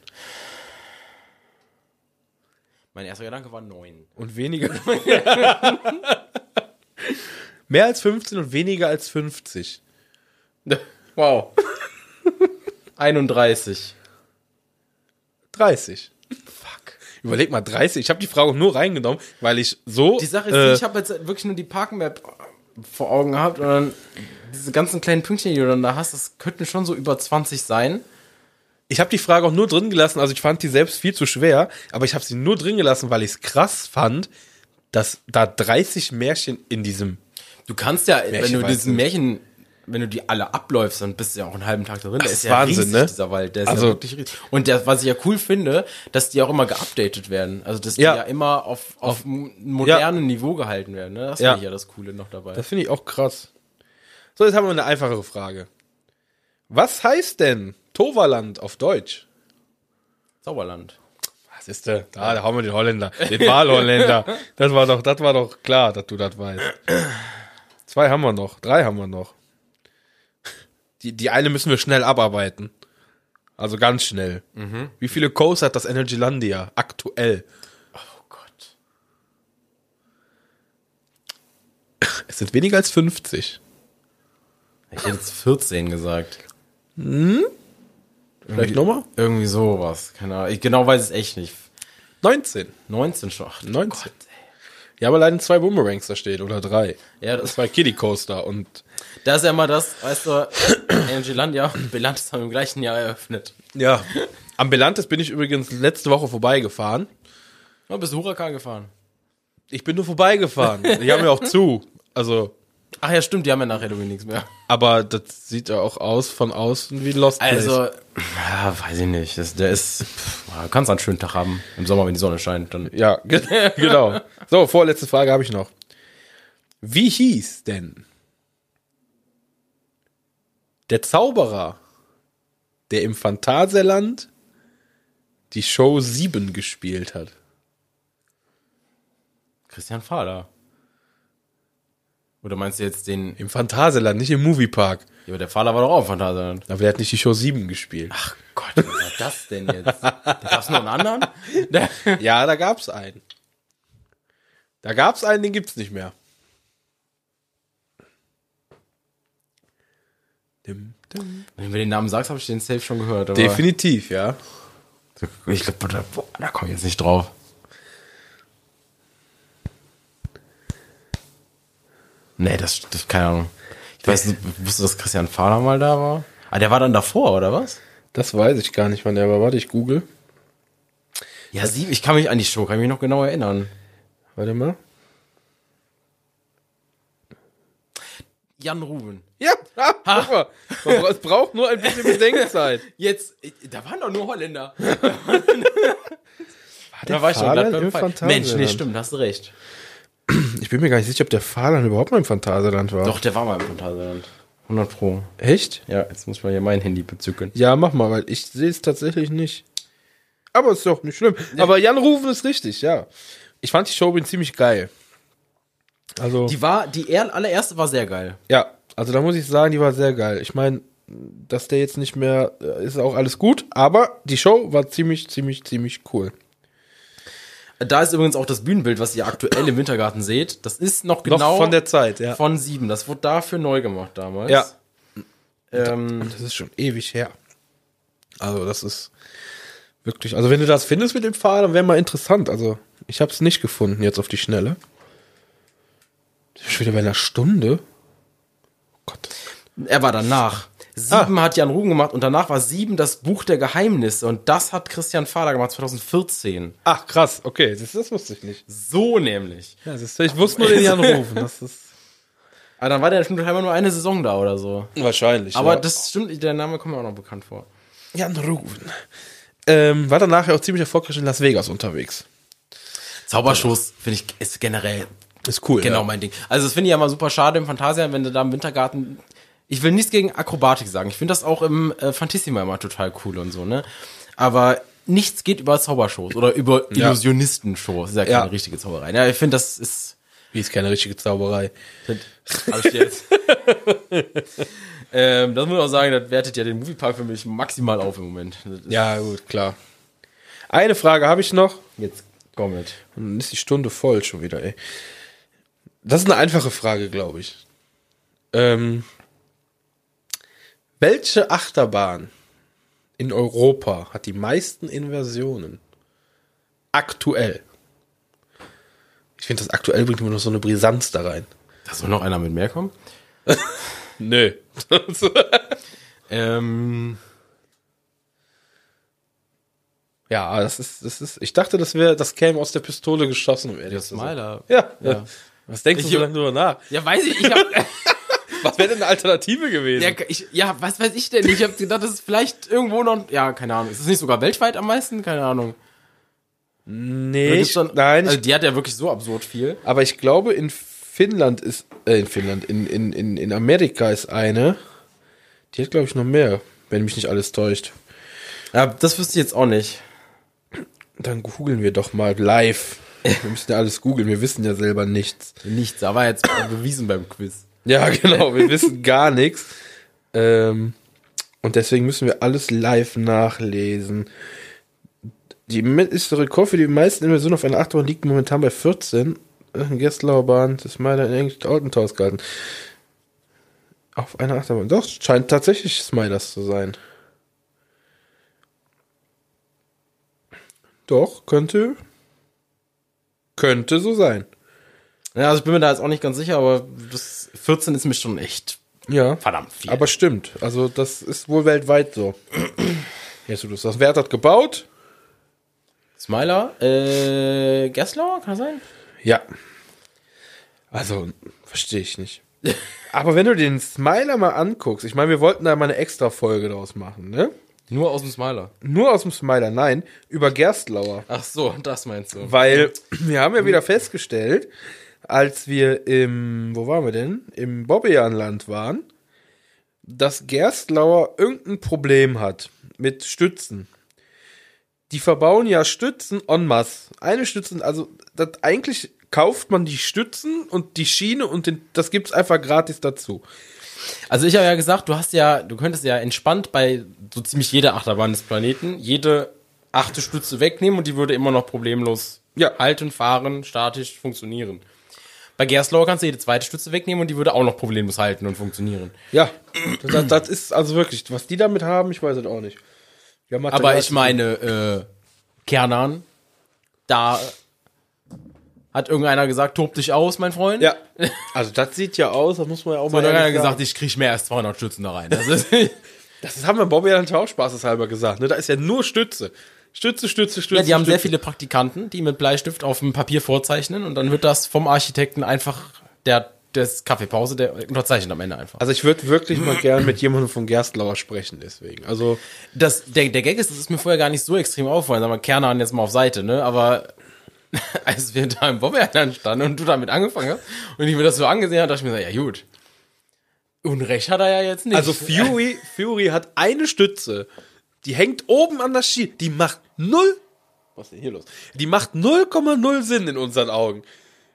Mein erster Gedanke war neun.
Und weniger. mehr als 15 und weniger als 50.
Wow. 31.
30.
Fuck.
Überleg mal, 30. Ich habe die Frage nur reingenommen, weil ich so.
Die Sache ist,
äh,
ich habe jetzt wirklich nur die Parkmap vor Augen gehabt und dann diese ganzen kleinen Pünktchen, die du dann da hast, das könnten schon so über 20 sein.
Ich habe die Frage auch nur drin gelassen, also ich fand die selbst viel zu schwer, aber ich habe sie nur drin gelassen, weil ich es krass fand, dass da 30 Märchen in diesem.
Du kannst ja, wenn du
Märchenwald
diesen
sind.
Märchen, wenn du die alle abläufst, dann bist du ja auch einen halben Tag da drin. Der
Das
ist
ist
ja
Wahnsinn,
riesig,
ne?
dieser Wald. Der ist
Also-
ja wirklich riesig. Und der, was ich ja cool finde, dass die auch immer geupdatet werden. Also, dass die ja,
Ja.
immer auf, auf einem modernen Niveau gehalten werden. Ne? Das
Ja.
finde ich ja das Coole noch dabei.
Das finde ich auch krass. So, jetzt haben wir eine einfachere Frage. Was heißt denn Toverland auf Deutsch?
Sauerland.
Was ist der? Da, da haben wir den Holländer, den Wahlholländer. Das war doch, das war doch klar, dass du das weißt. Zwei haben wir noch, drei haben wir noch. Die, die eine müssen wir schnell abarbeiten. Also ganz schnell. Wie viele Coasts hat das Energylandia aktuell?
Oh Gott.
Es sind weniger als 50.
Ich hätte jetzt 14 gesagt.
Vielleicht nochmal?
Irgendwie sowas. Keine Ahnung. Ich genau weiß es echt nicht.
19.
19 schon. Ach, ne?
19. ja, aber leider zwei Boomerangs da steht oder drei.
Ja, das-
das war Kiddie Coaster und
Das ist ja immer das, weißt du, Angelandia und Belantis haben im gleichen Jahr eröffnet.
ja. Am Belantes bin ich übrigens letzte Woche vorbeigefahren.
Du bist du Huracan gefahren.
Ich bin nur vorbeigefahren. Ich habe mir auch zu. Also,
Ach ja, stimmt, die haben ja nach Halloween nichts mehr.
aber das sieht ja auch aus von außen wie Lost Place.
Also, ja, weiß ich nicht. Das, der ist, pff, du kannst einen schönen Tag haben. Im Sommer, wenn die Sonne scheint, dann
Ja, ge genau. So, vorletzte Frage habe ich noch. Wie hieß denn der Zauberer, der im Phantasialand die Show 7 gespielt hat?
Christian Fahler. Oder meinst du jetzt den, ja,
Im Phantasialand, nicht im Moviepark.
aber der Fahler war doch auch im Phantasialand.
Aber der hat nicht die Show 7 gespielt.
Ach Gott, was war das denn jetzt? Da gab's noch einen anderen? Der,
Ja, da gab's einen. Da gab's einen, den gibt's nicht mehr. Dim, dim.
wenn du den Namen sagst, habe ich den safe schon gehört. Aber
Definitiv, ja.
ich glaube, da, boah, da komme ich jetzt nicht drauf. Nee, das, das keine Ahnung. Ich weiß nicht, wusste, dass Christian Fahler mal da war. Ah, der war dann davor, oder was?
Das weiß ich gar nicht, wann der war. Warte, ich google.
Ja, sie, ich kann mich an die Show, kann ich mich noch genau erinnern.
Warte mal.
Jan Ruben.
Ja, ah, guck mal. Man bra- es braucht nur ein bisschen Bedenkzeit.
Jetzt, äh, da waren doch nur Holländer.
der
Da war ich schon
Fahler
glatt beim
im
Fall.
Phantasialand?
Mensch, nee, stimmt, hast du recht.
Ich bin mir gar nicht sicher, ob der Fahrland überhaupt mal im Phantasialand war.
Doch, der war mal im Phantasialand. 100 Pro.
Echt?
Ja, jetzt muss man hier mein Handy bezücken.
Ja, mach mal, weil ich sehe es tatsächlich nicht. Aber ist doch nicht schlimm. Aber Jan Rufen ist richtig, ja. Ich fand die Show übrigens ziemlich geil. Also,
Die war, die er- allererste war sehr geil.
ja, also da muss ich sagen, die war sehr geil. Ich meine, dass der jetzt nicht mehr, äh, ist auch alles gut, aber die Show war ziemlich, ziemlich, ziemlich cool.
Da ist übrigens auch das Bühnenbild, was ihr aktuell im Wintergarten seht. Das ist noch genau
Noch von der Zeit, ja.
von sieben. Das wurde dafür neu gemacht damals.
Ja.
Ähm,
Das ist schon ewig her. Also, das ist wirklich. Also, wenn du das findest mit dem Pfahl, dann wäre mal interessant. Also, ich habe es nicht gefunden jetzt auf die Schnelle. Schon wieder bei einer Stunde. Oh Gott.
er war danach. Sieben hat Jan Ruben gemacht und danach war sieben das Buch der Geheimnisse. Und das hat Christian Fahler gemacht 2014.
Ach, krass. Okay, das, das wusste ich nicht.
So nämlich.
Ja, das ist, ich wusste nur den Jan Rufen. Das ist
Aber Ah, dann war der bestimmt scheinbar nur eine Saison da oder so.
wahrscheinlich.
Aber
ja.
das stimmt, der Name kommt mir auch noch bekannt vor.
Jan Rufen. Ähm, war danach ja auch ziemlich erfolgreich in Las Vegas unterwegs.
Zauberschuss, finde ich, ist generell
Ist cool. ne?
genau
ja.
mein Ding. Also, das finde ich ja mal super schade im Phantasialand, wenn du da im Wintergarten. Ich will nichts gegen Akrobatik sagen. Ich finde das auch im äh, Fantissima immer total cool und so, ne? Aber nichts geht über Zaubershows oder über
Ja.
Illusionisten-Shows. Ist ja keine
Ja.
richtige Zauberei. Ja, ich finde, das ist.
Wie ist keine richtige Zauberei.
Hab ich jetzt. ähm, das muss man auch sagen, das wertet ja den Moviepark für mich maximal auf im Moment. Das ist-
Ja, gut, klar. Eine Frage habe ich noch.
Jetzt komm mit.
Und Dann ist die Stunde voll schon wieder, ey. Das ist eine einfache Frage, glaube ich. Ähm, welche Achterbahn in Europa hat die meisten Inversionen? Aktuell. Ich finde, das aktuell bringt immer noch so eine Brisanz da rein.
Da soll noch einer mit mehr kommen?
Nö.
Ähm,
ja, das ist, das ist, ich dachte, das wäre, das käme aus der Pistole geschossen, um ehrlich zu sein.
Smiler.
Ja, ja. Was denkst du
Ich-
so lange drüber nach?
Ja, weiß ich, ich hab,
Was wäre denn eine Alternative gewesen?
ja, ich, ja, was weiß ich denn? Ich habe gedacht, das ist vielleicht irgendwo noch, ja, keine Ahnung. Ist es nicht sogar weltweit am meisten? Keine Ahnung.
nee,
Da
ich,
gibt's dann-
nein, ich
also die hat ja wirklich so absurd viel.
Aber ich glaube, in Finnland ist, äh, in Finnland, in, in, in, in Amerika ist eine. Die hat, glaube ich, noch mehr, wenn mich nicht alles täuscht.
Ja, das wüsste ich jetzt auch nicht.
Dann googeln wir doch mal live. Wir müssen ja alles googeln, wir wissen ja selber nichts.
Nichts, aber jetzt bewiesen beim Quiz.
Ja, genau, wir wissen gar nichts. Ähm, und deswegen müssen wir alles live nachlesen. Die mittlere Rekord für die meisten Inversionen auf einer Achterbahn liegt momentan bei 14. In Gesslauer Bahn, das ist Smiler in Englisch Altenhaus gehalten. Auf einer Achterbahn. Doch, scheint tatsächlich Smilers zu sein. Doch, könnte Könnte so sein.
Ja, also ich bin mir da jetzt auch nicht ganz sicher, aber das 14 ist mir schon echt
Ja.
verdammt viel.
Aber stimmt. Also, das ist wohl weltweit so. Jetzt, wo du es sagst, wer hat das gebaut?
Smiler, äh, Gessler, kann das sein?
Ja. Also, verstehe ich nicht. Aber wenn du den Smiler mal anguckst, ich meine, wir wollten da mal eine extra Folge draus machen, ne?
Nur aus dem Smiler.
Nur aus dem Smiler, nein, über Gerstlauer.
Ach so, das meinst du.
Weil wir haben ja wieder festgestellt, als wir im, wo waren wir denn? Im Bobbejahnland waren, dass Gerstlauer irgendein Problem hat mit Stützen. Die verbauen ja Stützen en masse. Eine Stützen, also das, eigentlich kauft man die Stützen und die Schiene und den, das gibt's einfach gratis dazu.
Also ich habe ja gesagt, du hast ja, du könntest ja entspannt bei so ziemlich jeder Achterbahn des Planeten jede achte Stütze wegnehmen und die würde immer noch problemlos
Ja.
halten, fahren, statisch funktionieren. Bei Gerstlauer kannst du jede zweite Stütze wegnehmen und die würde auch noch problemlos halten und funktionieren.
Ja, das, das ist also wirklich, was die damit haben, ich weiß es auch nicht. Ja,
Aber
Material-
ich meine, äh, Kernan, da hat irgendeiner gesagt, tob dich aus, mein Freund.
Ja, also das sieht ja aus, das muss man ja auch mal
Und dann hat er
ehrlich
gesagt,
sagen.
ich krieg mehr als 200 Stützen da rein. Das ist,
Das haben wir Bobby ja auch spaßeshalber gesagt. Ne? Da ist ja nur Stütze. Stütze, Stütze, Stütze.
ja, die haben
Stütze.
sehr viele Praktikanten, die mit Bleistift auf dem Papier vorzeichnen und dann wird das vom Architekten einfach der das Kaffeepause, der unterzeichnet am Ende einfach.
Also ich würde wirklich mal gern mit jemandem von Gerstlauer sprechen, deswegen. Also,
Das, der, der Gag ist, das ist mir vorher gar nicht so extrem aufgefallen, sagen wir Kernan jetzt mal auf Seite, ne? Aber als wir da im Bobbeerland standen und du damit angefangen hast und ich mir das so angesehen habe, dachte ich mir so, ja gut. Unrecht hat er ja jetzt nicht.
also Fury, Fury hat eine Stütze. Die hängt oben an der Schiene. Die macht null. Was ist denn hier los? Die macht 0,0 Sinn in unseren Augen.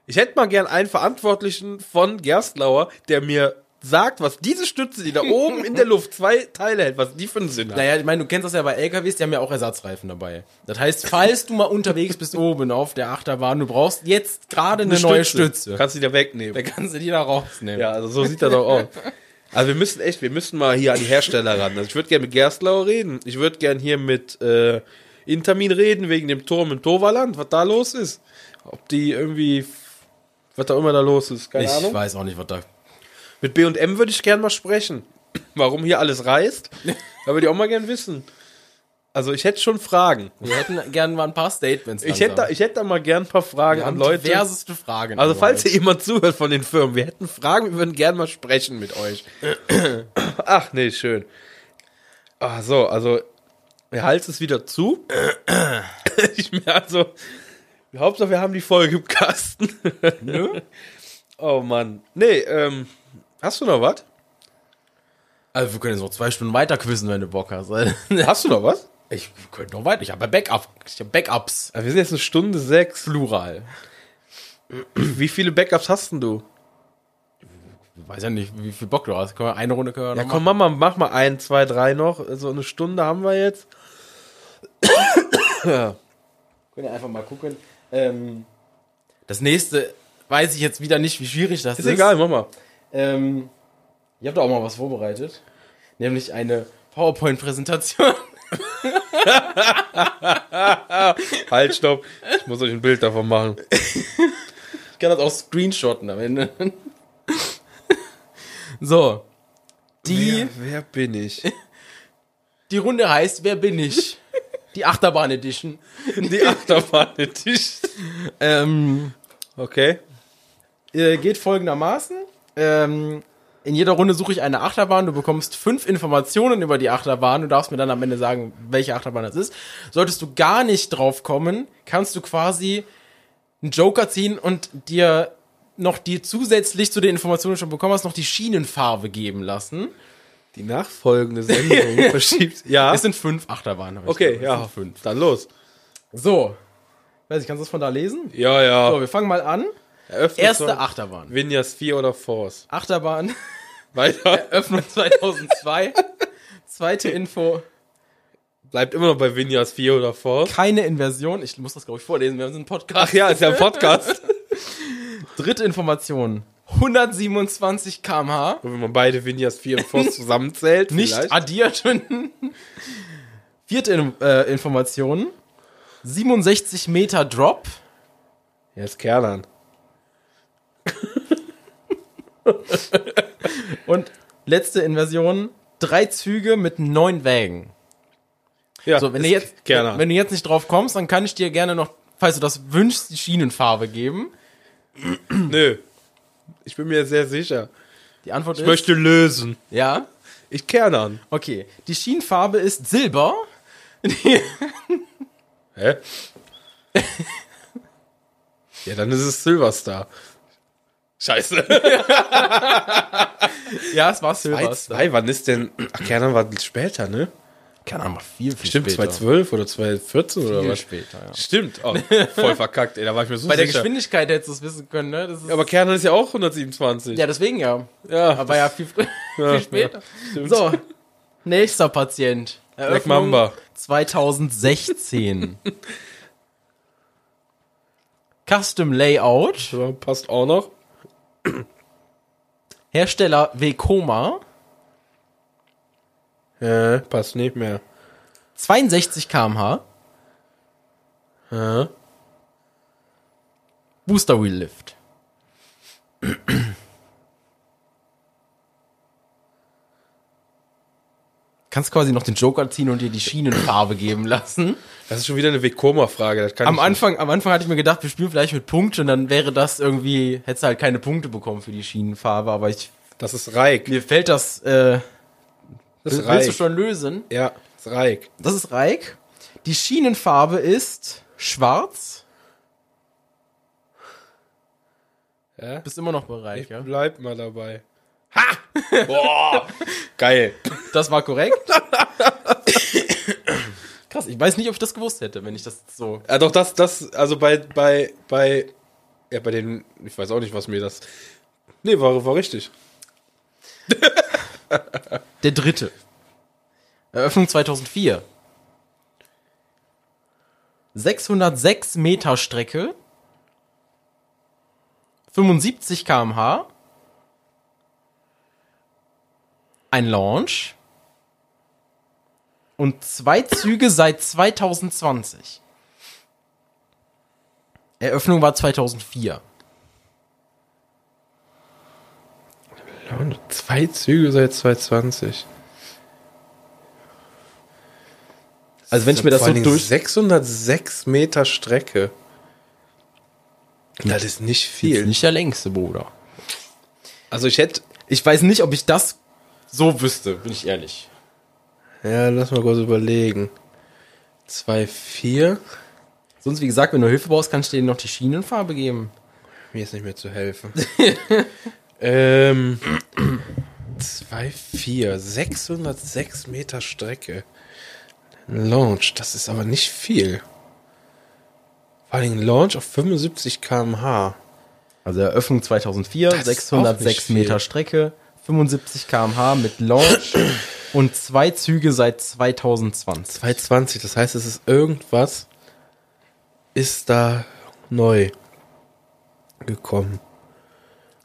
Ich hätte mal gern einen Verantwortlichen von Gerstlauer, der mir sagt, was diese Stütze, die da oben in der Luft zwei Teile hält, was die für einen Sinn hat.
Naja, ich meine, du kennst das ja bei LKWs, die haben ja auch Ersatzreifen dabei. Das heißt, falls du mal unterwegs bist oben auf der Achterbahn, du brauchst jetzt gerade eine, neue Stütze.
Kannst du dir wegnehmen.
Da kannst du die da rausnehmen.
Ja, also so sieht das auch aus. Also wir müssen echt, wir müssen mal hier an die Hersteller ran. Also ich würde gerne mit Gerstlauer reden. Ich würde gerne hier mit äh, Intermin reden wegen dem Turm im Toverland, was da los ist. Ob die irgendwie, was da immer da los ist, keine
ich
Ahnung.
weiß auch nicht, was da.
Mit B&M würde ich gerne mal sprechen. Warum hier alles reißt, da würde ich auch mal gern wissen. Also ich hätte schon Fragen.
Wir hätten gerne mal ein paar Statements.
Ich hätte, da, ich hätte da mal gern ein paar Fragen
Wir
an
haben
Leute.
diverseste Fragen.
Also falls
überall.
hier jemand zuhört von den Firmen, wir hätten Fragen, wir würden gerne mal sprechen mit euch. Ach nee, schön. Ach so, also der Hals ist wieder zu. Ich merke also, Hauptsache wir haben die Folge im Kasten.
Nö.
Oh Mann. Nee, ähm, hast du noch was?
Also wir können jetzt noch zwei Stunden weiter quizzen, wenn du Bock hast.
Hast du noch was?
Ich könnte noch weiter. Ich habe ja Backup. Ich habe Backups.
Ah, Wir sind jetzt eine Stunde sechs.
Plural.
Wie viele Backups hast denn du?
Ich weiß ja nicht, wie viel Bock du hast. Können wir eine Runde können wir
Ja,
noch
komm, mach mal, mach mal ein, zwei, drei noch. So eine Stunde haben wir jetzt.
Können wir einfach mal gucken. Ähm, das nächste weiß ich jetzt wieder nicht, wie schwierig das
Ist egal, mach mal.
Ähm, ich habe da auch mal was vorbereitet. Nämlich eine PowerPoint-Präsentation.
Halt, stopp. Ich muss euch ein Bild davon machen.
Ich kann das auch screenshotten am Ende. So. Die,
Wer, wer bin ich?
die Runde heißt Wer bin ich? Die Achterbahn Edition.
Die Achterbahn den Tisch.
Ähm,
Okay.
äh, geht folgendermaßen. Ähm, in jeder Runde suche ich eine Achterbahn. Du bekommst fünf Informationen über die Achterbahn. Du darfst mir dann am Ende sagen, welche Achterbahn das ist. Solltest du gar nicht drauf kommen, kannst du quasi einen Joker ziehen und dir noch die zusätzlich zu den Informationen, die du schon bekommen hast, noch die Schienenfarbe geben lassen.
Die nachfolgende Sendung verschiebt. Ja.
Es sind fünf Achterbahnen. hab ich
Ah. Okay,
gesagt.
ja.
Es sind fünf.
Dann los.
So. Weiß ich, kannst du das von da lesen?
Ja, ja.
So, wir fangen mal an.
Eröffnet
Erste
Acht.
Achterbahn.
Vinyas 4 oder Force.
Achterbahn.
Weiter.
Öffnung 2002. Zweite Info.
Bleibt immer noch bei Vinyas 4 oder Force.
Keine Inversion. Ich muss das, glaube ich, vorlesen. Wir haben so einen
Ach
Podcast.
ja, ist ja ein Podcast.
Dritte Information. 127 km/h.
Und wenn man beide Vinyas 4 und Force zusammenzählt,
Nicht
vielleicht.
addiert. Vierte In äh, Information. 67 Meter Drop.
Er ist Kerlan.
Und letzte Inversion, drei Züge mit neun Wägen.
Ja,
So, wenn du
ist
jetzt,
Kerlan.
wenn du jetzt nicht drauf kommst, dann kann ich dir gerne noch, falls du das wünschst, die Schienenfarbe geben.
Nö. Ich bin mir sehr sicher.
Die Antwort
Ich
ist,
möchte lösen.
ja,
Ich Kerlan.
okay. Die Schienenfarbe ist Silber. Die-
Hä? ja, dann ist es Silverstar. Scheiße.
ja, es war
Bei
Silber.
zwei, wann ist denn? Ach, Kernan war später, ne?
Keine Ahnung, viel, viel
Stimmt,
später.
2012 oder 2014 oder
Viel
was?
später, ja.
Stimmt. Oh, voll verkackt, ey, da war ich mir so
Bei der
sicher.
Geschwindigkeit hättest du es wissen können, ne? Das ist,
Aber Kernan ist ja auch 127.
ja, deswegen ja.
Ja,
Aber ja, viel, frü- viel später.
stimmt.
so, nächster Patient.
Black Mamba.
2016. Custom Layout.
Ja, Passt auch noch.
Hersteller Vekoma.
Ja, passt nicht mehr.
62 km/h.
Ja.
Booster Wheel Lift. Kannst quasi noch den Joker ziehen und dir die Schienenfarbe geben lassen.
Das ist schon wieder eine Vekoma-Frage. das kann
Am
ich nicht.
Anfang, am Anfang hatte ich mir gedacht, wir spielen vielleicht mit Punkten und dann wäre das irgendwie, hättest du halt keine Punkte bekommen für die Schienenfarbe, aber ich,
Das ist Reik.
mir fällt das, äh,
Das ist
willst du
Reik.
schon lösen?
Ja, das ist Reik.
Das ist Reik. Die Schienenfarbe ist schwarz.
Ja.
Bist immer noch bereit, ja?
Bleib mal dabei. Ha! Boah! Geil.
Das war korrekt. Krass, ich weiß nicht, ob ich das gewusst hätte, wenn ich das so.
Ja, Ah, doch, das, das, also bei, bei, bei, ja, bei den, ich weiß auch nicht, was mir das. Nee, war, war richtig.
Der dritte. Eröffnung 2004. 606 Meter Strecke. 75 km/h. Ein Launch. Und zwei Züge seit 2020. Eröffnung war 2004.
Zwei Züge seit 2020.
Also wenn ich mir das so durch
606 Meter Strecke. Das ist nicht
Jetzt
viel.
nicht der längste, Bruder.
Also ich hätte.
Ich weiß nicht, ob ich das so wüsste, bin ich ehrlich.
Ja, lass mal kurz überlegen. 2,4.
Sonst, wie gesagt, wenn du Hilfe brauchst, kannst du dir noch die Schienenfarbe geben.
Mir ist nicht mehr zu helfen. ähm. 2,4. 606 Meter Strecke. Launch, das ist aber nicht viel. Vor allem Launch auf 75 km/h.
Also Eröffnung 2004,
Das ist auch nicht
606
viel.
Meter Strecke, 75 km/h mit Launch und zwei Züge seit 2020.
2,20, das heißt, es ist irgendwas. Ist da neu gekommen.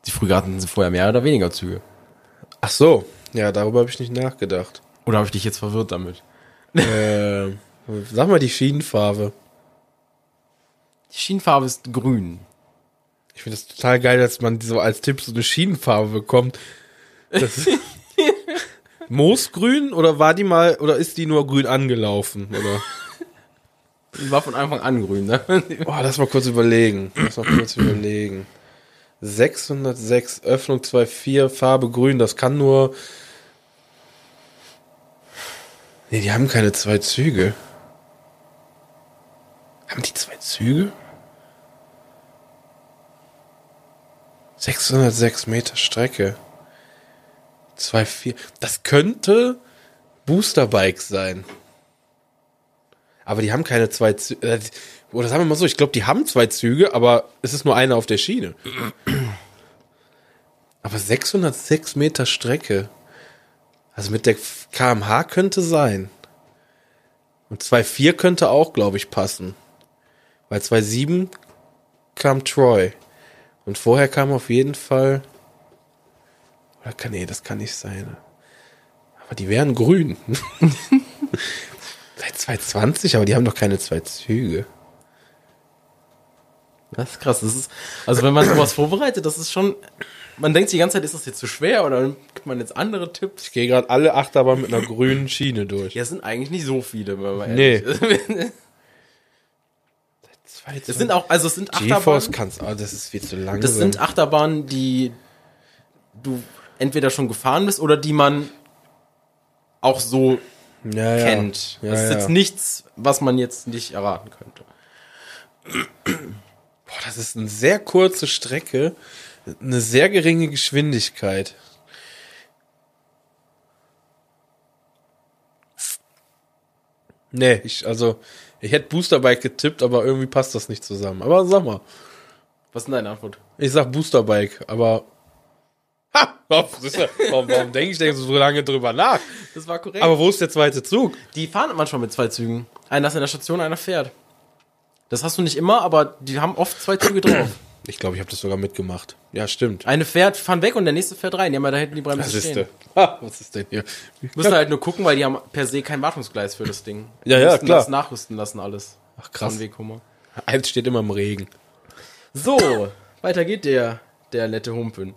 Die früher hatten sie vorher mehr oder weniger Züge.
Ach so, ja, darüber habe ich nicht nachgedacht.
Oder habe ich dich jetzt verwirrt damit?
ähm, sag mal die Schienenfarbe.
Die Schienenfarbe ist grün.
Ich finde das total geil, dass man so als Tipp so eine Schienenfarbe bekommt. Das Moosgrün oder war die mal oder ist die nur grün angelaufen? Oder?
Die war von Anfang an grün, ne?
Boah, Oh, lass mal kurz überlegen. Lass mal kurz überlegen. 606, Öffnung 2,4, Farbe grün, das kann nur. Nee, die haben keine zwei Züge. Haben die zwei Züge? 606 Meter Strecke. 2,4. Das könnte Boosterbikes sein. Aber die haben keine zwei Züge. Äh, oder sagen wir mal so, ich glaube, die haben zwei Züge, aber es ist nur einer auf der Schiene. Aber 606 Meter Strecke. Also mit der KMH könnte sein. Und 2,4 könnte auch, glaube ich, passen. Weil 2,7 kam Troy. Und vorher kam auf jeden Fall. Oder kann, nee, das kann nicht sein. Aber die wären grün. Seit 220, aber die haben doch keine zwei Züge.
Das ist krass. Das ist, also wenn man sowas vorbereitet, das ist schon. Man denkt die ganze Zeit, ist das jetzt zu schwer oder gibt man jetzt andere Tipps?
Ich gehe gerade alle Achterbahn mit einer grünen Schiene durch.
Ja, es sind eigentlich nicht so viele, wenn man
Nee.
ist. Es sind auch, also es sind
GeForce
Achterbahnen.
kannst ah, das ist viel zu langsam.
Das sind Achterbahnen, die du entweder schon gefahren bist oder die man auch so
ja, ja.
kennt.
Ja,
das ist
ja.
jetzt nichts, was man jetzt nicht erraten könnte.
Boah, das ist eine sehr kurze Strecke, eine sehr geringe Geschwindigkeit. Nee, ich, also, ich hätte Boosterbike getippt, aber irgendwie passt das nicht zusammen. Aber sag mal,
Was ist denn deine Antwort?
ich sag Boosterbike, aber. Ha! Warum, warum, warum denke ich denn so lange drüber nach?
Das war korrekt.
Aber wo ist der zweite Zug?
Die fahren manchmal mit zwei Zügen. Einer ist in der Station, einer fährt. Das hast du nicht immer, aber die haben oft zwei Züge drauf.
Ich glaube, ich habe das sogar mitgemacht. Ja, stimmt.
Eine fährt, fahren weg und der nächste fährt rein. Die haben ja da hinten die
Das
Bremse
ist
stehen.
der. Ha, was ist denn hier?
Müssen halt nur gucken, weil die haben per se kein Wartungsgleis für das Ding.
Ja,
Die
ja,
müssten
klar.
das nachrüsten lassen alles.
Ach, krass.
Von Wegkummer.
Eins steht immer im Regen.
So, weiter geht der, der nette Humpen.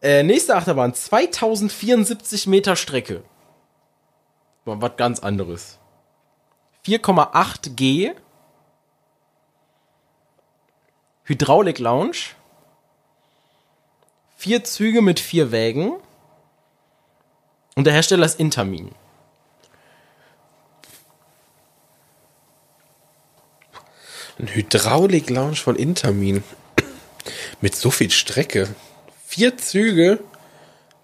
Äh, nächste Achterbahn, 2074 Meter Strecke. Mal was ganz anderes. 4,8 G. Hydraulik Lounge. Vier Züge mit vier Wägen. Und der Hersteller ist Intermin.
Ein Hydraulik-Lounge von Intermin. Mit so viel Strecke. Vier Züge,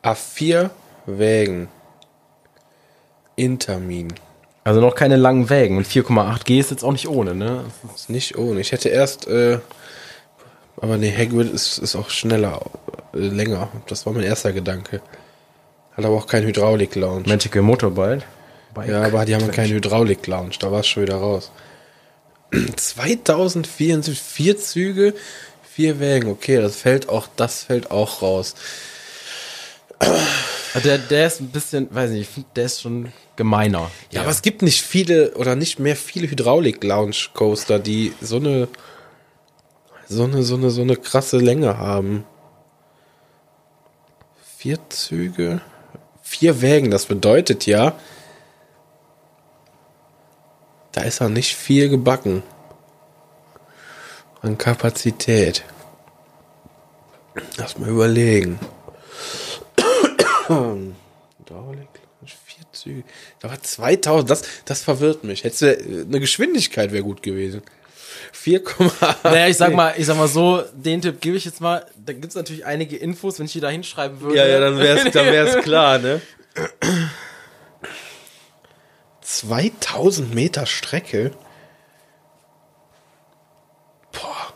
a vier Wägen. Intermin.
Also noch keine langen Wägen. Und 4,8 G ist jetzt auch nicht ohne, ne?
Ist nicht ohne. Ich hätte erst, äh, aber nee, Hagrid ist, ist auch schneller, äh, länger. Das war mein erster Gedanke. Hat aber auch keinen Hydraulik-Lounge.
Magical Motorbike. Bike.
Ja, aber die haben keinen Hydraulik-Lounge, da war es schon wieder raus. 2074, vier Züge, vier Wägen, okay, das fällt auch, das fällt auch raus.
Ah, Der, der ist ein bisschen, weiß nicht, ich find, der ist schon gemeiner.
Ja, aber es gibt nicht viele oder nicht mehr viele Hydraulik-Lounge-Coaster, die so eine, so eine, so eine, so eine krasse Länge haben. Vier Züge, vier Wägen, das bedeutet ja, da ist ja nicht viel gebacken an Kapazität. Lass mal überlegen. Hydraulik, vier Züge. Aber 2000, das, das verwirrt mich. Hättest du, äh, eine Geschwindigkeit wäre gut gewesen. 4,8.
Naja, ich sag mal, ich sag mal so, den Tipp gebe ich jetzt mal. Da gibt's natürlich einige Infos, wenn ich die da hinschreiben würde.
Ja, ja, dann wäre es dann wär's klar, ne? 2000 Meter Strecke? Boah.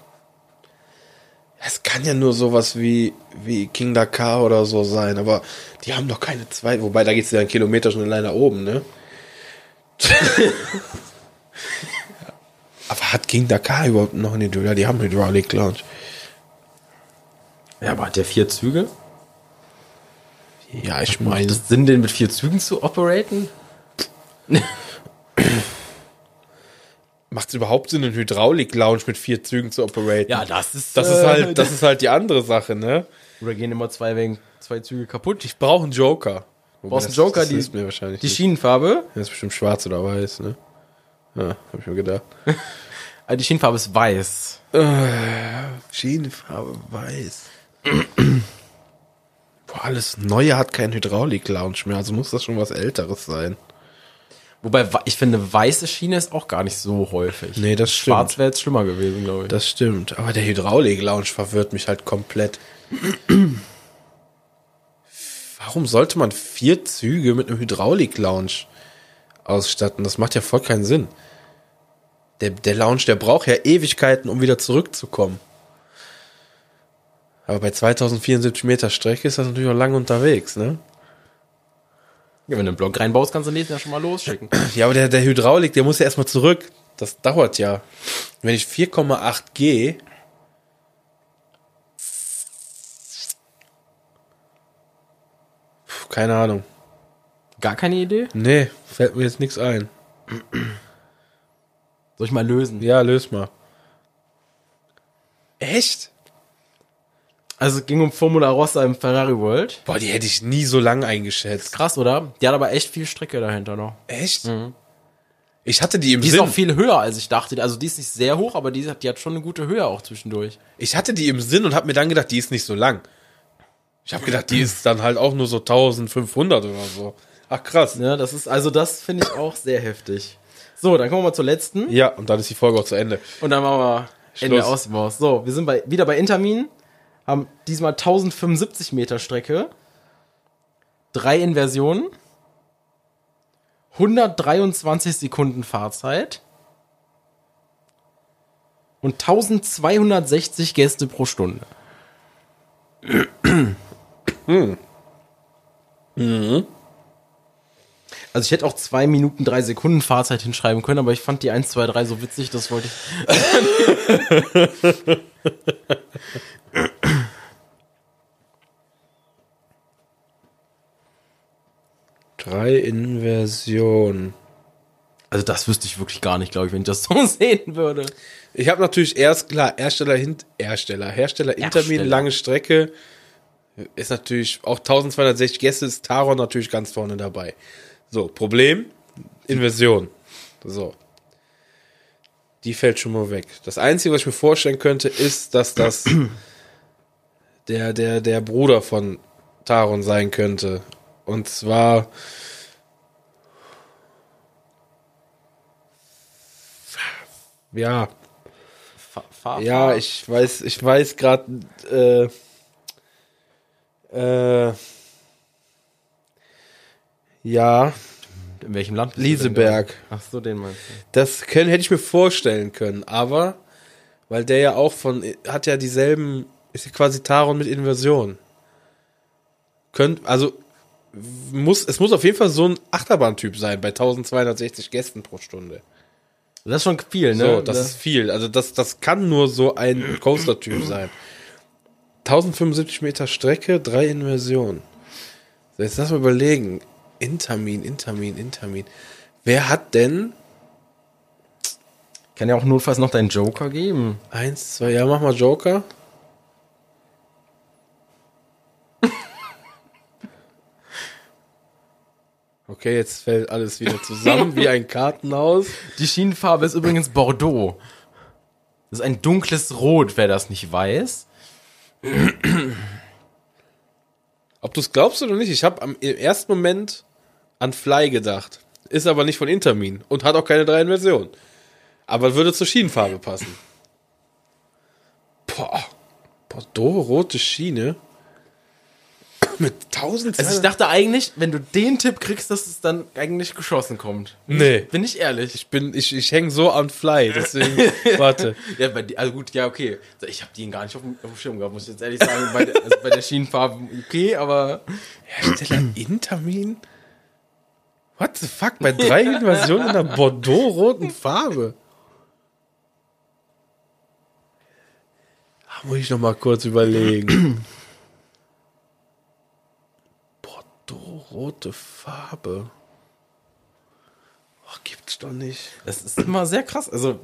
Das kann ja nur sowas wie, wie King Dakar oder so sein, aber die haben doch keine zwei. Wobei, da geht es ja einen Kilometer schon allein nach oben, ne? aber hat King Dakar überhaupt noch eine Döder? Die haben Hydraulic Lounge.
Ja, aber hat der vier Züge?
Ja, ich
Macht
meine.
das Sinn, den mit vier Zügen zu operaten?
Macht es überhaupt Sinn, einen Hydraulik-Lounge mit vier Zügen zu operaten?
das ist.
Das ist halt, das ist halt die andere Sache, ne?
Oder gehen immer zwei wegen zwei Züge kaputt.
Ich brauche einen Joker. Wobei
brauchst
das-
einen Joker,
das
die-
ist mir wahrscheinlich.
Die
nicht.
Schienenfarbe,
das ist bestimmt schwarz oder weiß, ne? Ja, hab ich mir gedacht.
äh, die Schienenfarbe ist weiß.
Schienenfarbe weiß. Boah, alles Neue hat keinen Hydraulik-Lounge mehr, also muss das schon was Älteres sein.
Wobei wa- ich finde, weiße Schiene ist auch gar nicht so häufig.
Nee, das stimmt.
Schwarz wäre jetzt schlimmer gewesen, glaube ich.
Das stimmt. Aber der Hydraulik-Lounge verwirrt mich halt komplett. Warum sollte man vier Züge mit einem Hydraulik-Lounge ausstatten? Das macht ja voll keinen Sinn. Der, der Lounge, der braucht ja Ewigkeiten, um wieder zurückzukommen. Aber bei 2074 Meter Strecke ist das natürlich auch lange unterwegs, ne?
Ja, wenn du einen Block reinbaust, kannst du den nächsten ja schon mal losschicken.
Ja, aber der, der Hydraulik, der muss ja erstmal zurück. Das dauert ja. Wenn ich 4,8 G. Puh, keine Ahnung.
Gar keine Idee?
Nee, fällt mir jetzt nichts ein.
Soll ich mal lösen?
Ja, löst mal. Echt?
Also es ging um Formula Rossa im Ferrari World.
Boah, die hätte ich nie so lang eingeschätzt.
Krass, oder? Die hat aber echt viel Strecke dahinter noch.
Echt? Ich hatte die im
Mhm. Die ist
Sinn.
auch viel höher, als ich dachte. Also die ist nicht sehr hoch, aber die, hat- die hat schon eine gute Höhe auch zwischendurch.
Ich hatte die im Sinn und habe mir dann gedacht, die ist nicht so lang. Ich habe gedacht, die ist dann halt auch nur so 1500 oder so. Ach krass.
Ja, das ist, also das finde ich auch sehr heftig. So, dann kommen wir mal zur letzten.
Ja, und dann ist die Folge auch zu Ende.
Und dann machen wir Ende
Schluss.
Ausmaus. So, wir sind bei, wieder bei Intermin. Haben diesmal 1075 Meter Strecke. Drei Inversionen. 123 Sekunden Fahrzeit. Und 1260 Gäste pro Stunde. Also ich hätte auch 2 Minuten 3 Sekunden Fahrzeit hinschreiben können, aber ich fand die 1, 2, 3 so witzig, das wollte ich.
Drei Inversion.
Also das wüsste ich wirklich gar nicht, glaube ich, wenn ich das so sehen würde.
Ich habe natürlich erst klar Hersteller hin Hersteller Hersteller Intermin
Hersteller.
lange Strecke ist natürlich auch 1260 Gäste ist Taron natürlich ganz vorne dabei. So, Problem Inversion. So. Die fällt schon mal weg. Das einzige, was ich mir vorstellen könnte, ist, dass das der der der Bruder von Taron sein könnte und zwar ja,
Fa- Fa-
Ja, ich weiß, ich weiß gerade. Äh, äh, ja,
In welchem Land? bist du denn
Lieseberg.
gerade? Ach so, den meinst du.
Das können, hätte ich mir vorstellen können, aber weil der ja auch von hat ja dieselben ist ja quasi Taron mit Inversion. Könnt also muss es muss auf jeden Fall so ein Achterbahntyp sein bei 1260 Gästen pro Stunde.
Das ist schon viel, ne?
So, das ist viel. Also das, das kann nur so ein Coaster-Typ sein. 1075 Meter Strecke, drei Inversionen. So, Jetzt lass mal überlegen. Intermin, Intermin, Intermin. Wer hat denn
Kann ja auch notfalls noch deinen Joker geben.
eins, zwei, ja, mach mal Joker. Okay, jetzt fällt alles wieder zusammen wie ein Kartenhaus.
Die Schienenfarbe ist übrigens Bordeaux. Das ist ein dunkles Rot, wer das nicht weiß.
Ob du es glaubst oder nicht, ich habe am- im ersten Moment an Fly gedacht. Ist aber nicht von Intermin und hat auch keine drei Inversionen. Aber würde zur Schienenfarbe passen. Boah. Bordeaux-rote Schiene. Mit 1000
Also ich dachte eigentlich, wenn du den Tipp kriegst, dass es dann eigentlich geschossen kommt.
Nee.
Bin Hm. ich ehrlich.
Ich bin, ich, ich hänge so an Fly, deswegen, warte.
Ja, bei die, also gut, ja, okay. Ich habe den gar nicht auf dem, auf dem Schirm gehabt, muss ich jetzt ehrlich sagen. Bei, der- also bei der Schienenfarbe okay, aber
Hersteller Intermin? What the fuck? Bei drei Invasionen in einer Bordeaux-roten Farbe. Da muss ich noch mal kurz überlegen. Bordeaux-rote Farbe. Ach, gibt's doch nicht.
Das ist immer sehr krass. Also,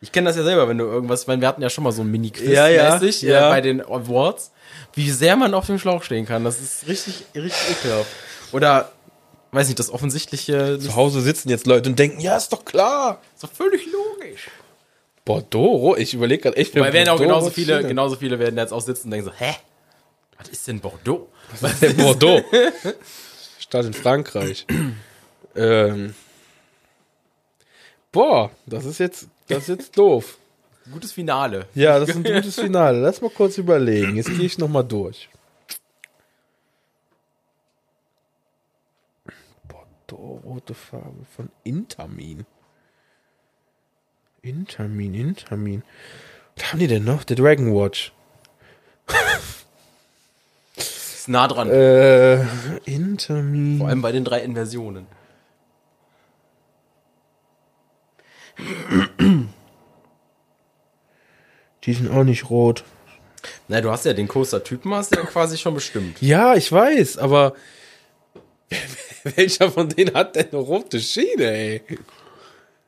ich kenne das ja selber, wenn du irgendwas, ich meine, wir hatten ja schon mal so ein Mini-Quiz
Ja, ja,
mäßig, äh,
ja.
bei den Awards, wie sehr man auf dem Schlauch stehen kann. Das ist richtig, richtig ekelhaft. Oder, weiß nicht, das Offensichtliche, das
Zu Hause sitzen jetzt Leute und denken, ja, ist doch klar.
ist doch völlig logisch.
Bordeaux, ich überlege gerade echt.
Weil werden auch genauso viele,
genau.
genauso viele werden da jetzt auch sitzen und denken so, hä? Was ist denn Bordeaux? Was
Der Bordeaux. Stadt in Frankreich. ähm. Boah, das ist jetzt, das ist jetzt doof.
Gutes Finale.
Ja, das ist ein gutes Finale. Lass mal kurz überlegen. Jetzt gehe ich nochmal durch. Bordeaux, rote Farbe von Intermin. Intermin, Intermin. Was haben die denn noch? Der Dragon Watch.
Ist nah dran.
Äh, Intermin.
Vor allem bei den drei Inversionen.
Die sind auch nicht rot.
Na, du hast ja den Coaster-Typen, hast du ja quasi schon bestimmt.
Ja, ich weiß, aber welcher von denen hat denn eine rote Schiene, ey?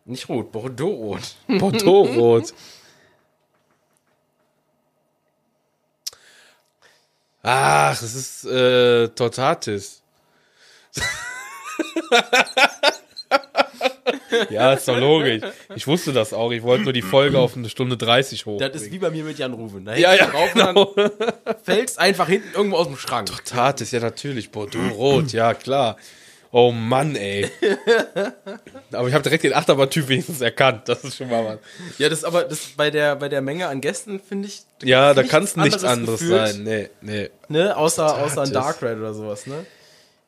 Nicht rot, Bordeaux-rot.
Bordeaux-rot. Ach, es ist äh, Tortatis. ja, ist doch logisch. Ich wusste das auch. Ich wollte nur die Folge auf eine Stunde 30 hoch.
Das ist wie bei mir mit Jan Ruven. Da
ja,
hängst
ja,
du drauf und dann
genau.
fällst einfach hinten irgendwo aus dem Schrank.
Tortatis, ja natürlich. Bordeaux-Rot, ja klar. Oh Mann, ey. Aber ich habe direkt den Achterbahn-Typ wenigstens erkannt. Das ist schon mal was.
Ja, das aber das bei der bei der Menge an Gästen finde ich
Ja, da
nichts
kann es nichts
anderes
anderes
gefühlt.
sein. Nee, nee.
ne außer außer
Tortatis.
ein Dark Ride oder sowas, ne?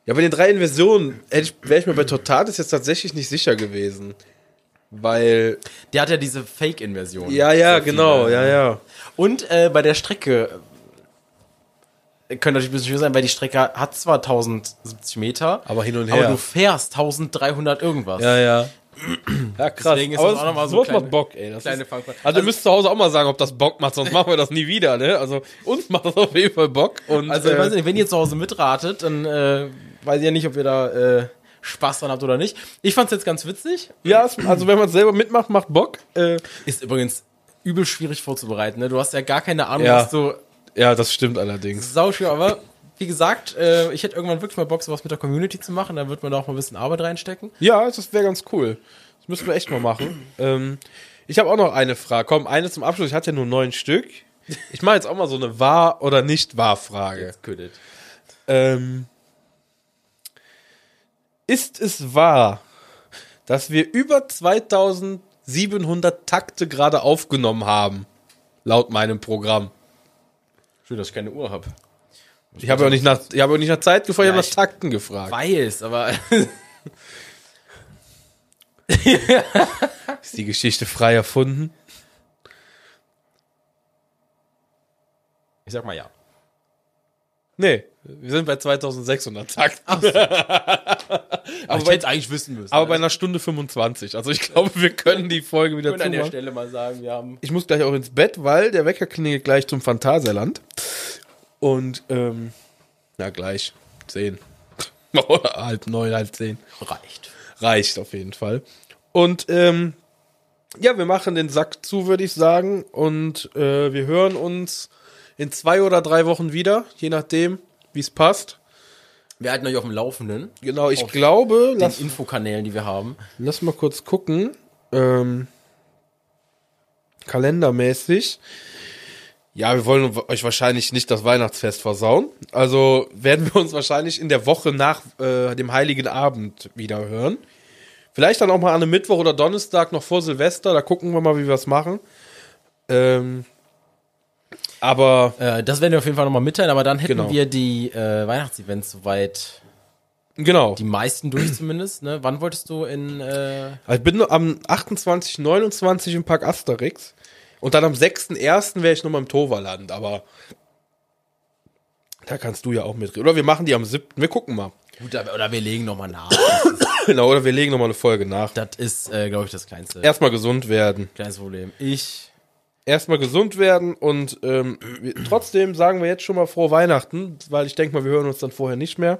Ja, bei den drei Inversionen hätte ich, wäre ich mir bei Totatis jetzt tatsächlich nicht sicher gewesen. Weil.
Der hat ja diese Fake Inversion.
Ja, ja,
Sehr viele.
genau, ja, ja.
Und äh, bei der Strecke äh, könnte natürlich ein bisschen schwierig sein, weil die Strecke hat zwar 1070 Meter,
Aber hin und
aber
her.
du fährst 1300 irgendwas.
Ja, ja. Ja, krass.
Deswegen ist
aber
das
das
auch noch mal so
sowas
kleine-
macht Bock, ey. Das
kleine
ist, also,
Fangfrage.
ihr müsst zu Hause auch mal sagen, ob das Bock macht, sonst machen wir das nie wieder, ne? Also, uns macht das auf jeden Fall Bock. Und,
Also ich
äh,
weiß nicht, wenn ihr zu Hause mitratet, dann äh, weiß ich ja nicht, ob ihr da äh, Spaß dran habt oder nicht. Ich fand's jetzt ganz witzig.
ja, es- also wenn man es selber mitmacht, macht Bock. Äh,
Ist übrigens übel schwierig vorzubereiten. Ne? Du hast ja gar keine Ahnung,
Ja.
was du
ja, das stimmt allerdings.
sauschwer, aber wie gesagt, äh, ich hätte irgendwann wirklich mal Bock, sowas mit der Community zu machen. Da wird man da auch mal ein bisschen Arbeit reinstecken.
Ja, das wäre ganz cool. Das müssen wir echt mal machen. ähm, ich habe auch noch eine Frage. Komm, eine zum Abschluss. Ich hatte ja nur neun Stück. Ich mache jetzt auch mal so eine wahr oder nicht wahr Frage. Ähm, ist es wahr, dass wir über 2700 Takte gerade aufgenommen haben? Laut meinem Programm.
Schön, dass ich keine Uhr habe.
Ich habe ja auch nicht nach, ich habe auch nicht nach Zeit gefragt, ich
Ja,
habe nach
ich-
Takten gefragt.
Weiß, aber
Ist die Geschichte frei erfunden?
ich sag mal ja.
Nee, wir sind bei 2600 Takten.
Aber ich
bei-
hätte eigentlich wissen müssen. ne?
Aber bei einer Stunde 25. Also ich glaube, wir können die Folge wieder
ich würde an der
zumachen.
Stelle mal sagen, wir haben
Ich muss gleich auch ins Bett, weil der Wecker klingelt gleich zum Phantasialand. Und, ähm, na gleich. Zehn. halb neun, halb zehn.
reicht.
Reicht auf jeden Fall. Und, ähm, ja, wir machen den Sack zu, würde ich sagen. Und äh, wir hören uns in zwei oder drei Wochen wieder, je nachdem, wie es passt.
Wir halten euch auf dem Laufenden.
Genau, ich
Auf
glaube,
Den Infokanälen, die wir haben.
Lass mal kurz gucken. Ähm, kalendermäßig. Ja, wir wollen euch wahrscheinlich nicht das Weihnachtsfest versauen. Also werden wir uns wahrscheinlich in der Woche nach äh, dem Heiligen Abend wieder hören. Vielleicht dann auch mal an einem Mittwoch oder Donnerstag noch vor Silvester. Da gucken wir mal, wie wir es machen. Ähm, aber
Äh, das werden wir auf jeden Fall nochmal mitteilen, aber dann hätten
Genau.
wir die äh, Weihnachtsevents soweit,
genau.
die meisten durch zumindest. Ne? Wann wolltest du in. Äh,
Also Ich bin nur am 28, 29 im Park Asterix. Und dann am 6.1. wäre ich nochmal im Toverland, aber da kannst du ja auch mitreden. Oder wir machen die am 7. Wir gucken mal.
gut, aber- oder wir legen nochmal nach.
Genau, oder wir legen nochmal eine Folge nach.
das ist, äh, glaube ich, das kleinste,
Erstmal gesund werden.
kleinste Problem. Ich.
Erstmal gesund werden und ähm, wir- trotzdem sagen wir jetzt schon mal frohe Weihnachten, weil ich denke mal, wir hören uns dann vorher nicht mehr.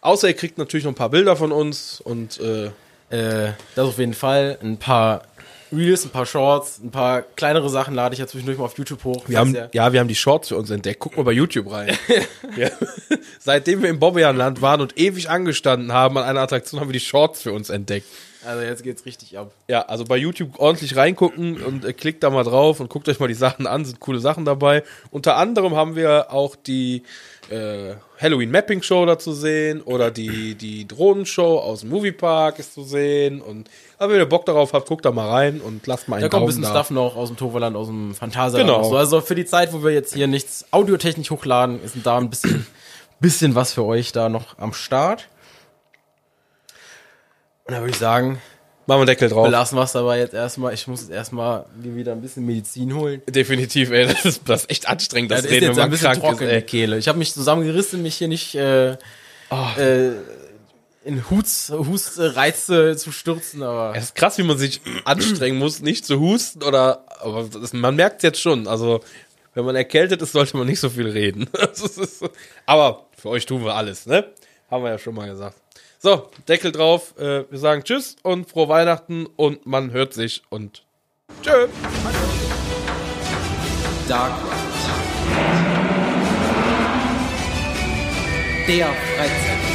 Außer ihr kriegt natürlich noch ein paar Bilder von uns und äh,
Äh, das auf jeden Fall. Ein paar Reels, ein paar Shorts, ein paar kleinere Sachen lade ich ja zwischendurch mal auf YouTube hoch.
Wir haben,
ja,
ja, wir haben die Shorts für uns entdeckt. Guck mal bei YouTube rein. ja. Seitdem wir im Bobbejaanland waren und ewig angestanden haben an einer Attraktion, haben wir die Shorts für uns entdeckt.
also jetzt geht's richtig ab.
Ja, also bei YouTube ordentlich reingucken und äh, klickt da mal drauf und guckt euch mal die Sachen an, sind coole Sachen dabei. Unter anderem haben wir auch die äh, Halloween Mapping Show da zu sehen oder die, die Drohnenshow aus dem Moviepark ist zu sehen. Und aber wenn ihr Bock darauf habt, guckt da mal rein und lasst mal einen
Da kommt ein
Daumen
bisschen
da.
Stuff noch aus dem Toverland, aus dem Phantasialand.
Genau.
und So. Also für die Zeit, wo wir jetzt hier nichts audiotechnisch hochladen, ist da ein bisschen, bisschen was für euch da noch am Start. Und da würde ich sagen,
Machen wir Deckel drauf.
belassen wir es dabei jetzt erstmal. Ich muss jetzt erstmal mir wieder ein bisschen Medizin holen.
Definitiv, ey, das ist, das ist echt anstrengend, das, Reden, wenn man krank ist,
in
ey.
der Kehle. Ich habe mich zusammengerissen, mich hier nicht äh,
Oh,
äh, in Huts, Hustreize zu stürzen, aber
Es ist krass, wie man sich anstrengen muss, nicht zu husten oder, aber das, man merkt es jetzt schon. Also, wenn man erkältet ist, sollte man nicht so viel reden. Das ist, so- aber für euch tun wir alles, ne? Haben wir ja schon mal gesagt. So, Deckel drauf. Äh, wir sagen Tschüss und frohe Weihnachten und man hört sich und Tschö.
Dark Ride. der Freizeit.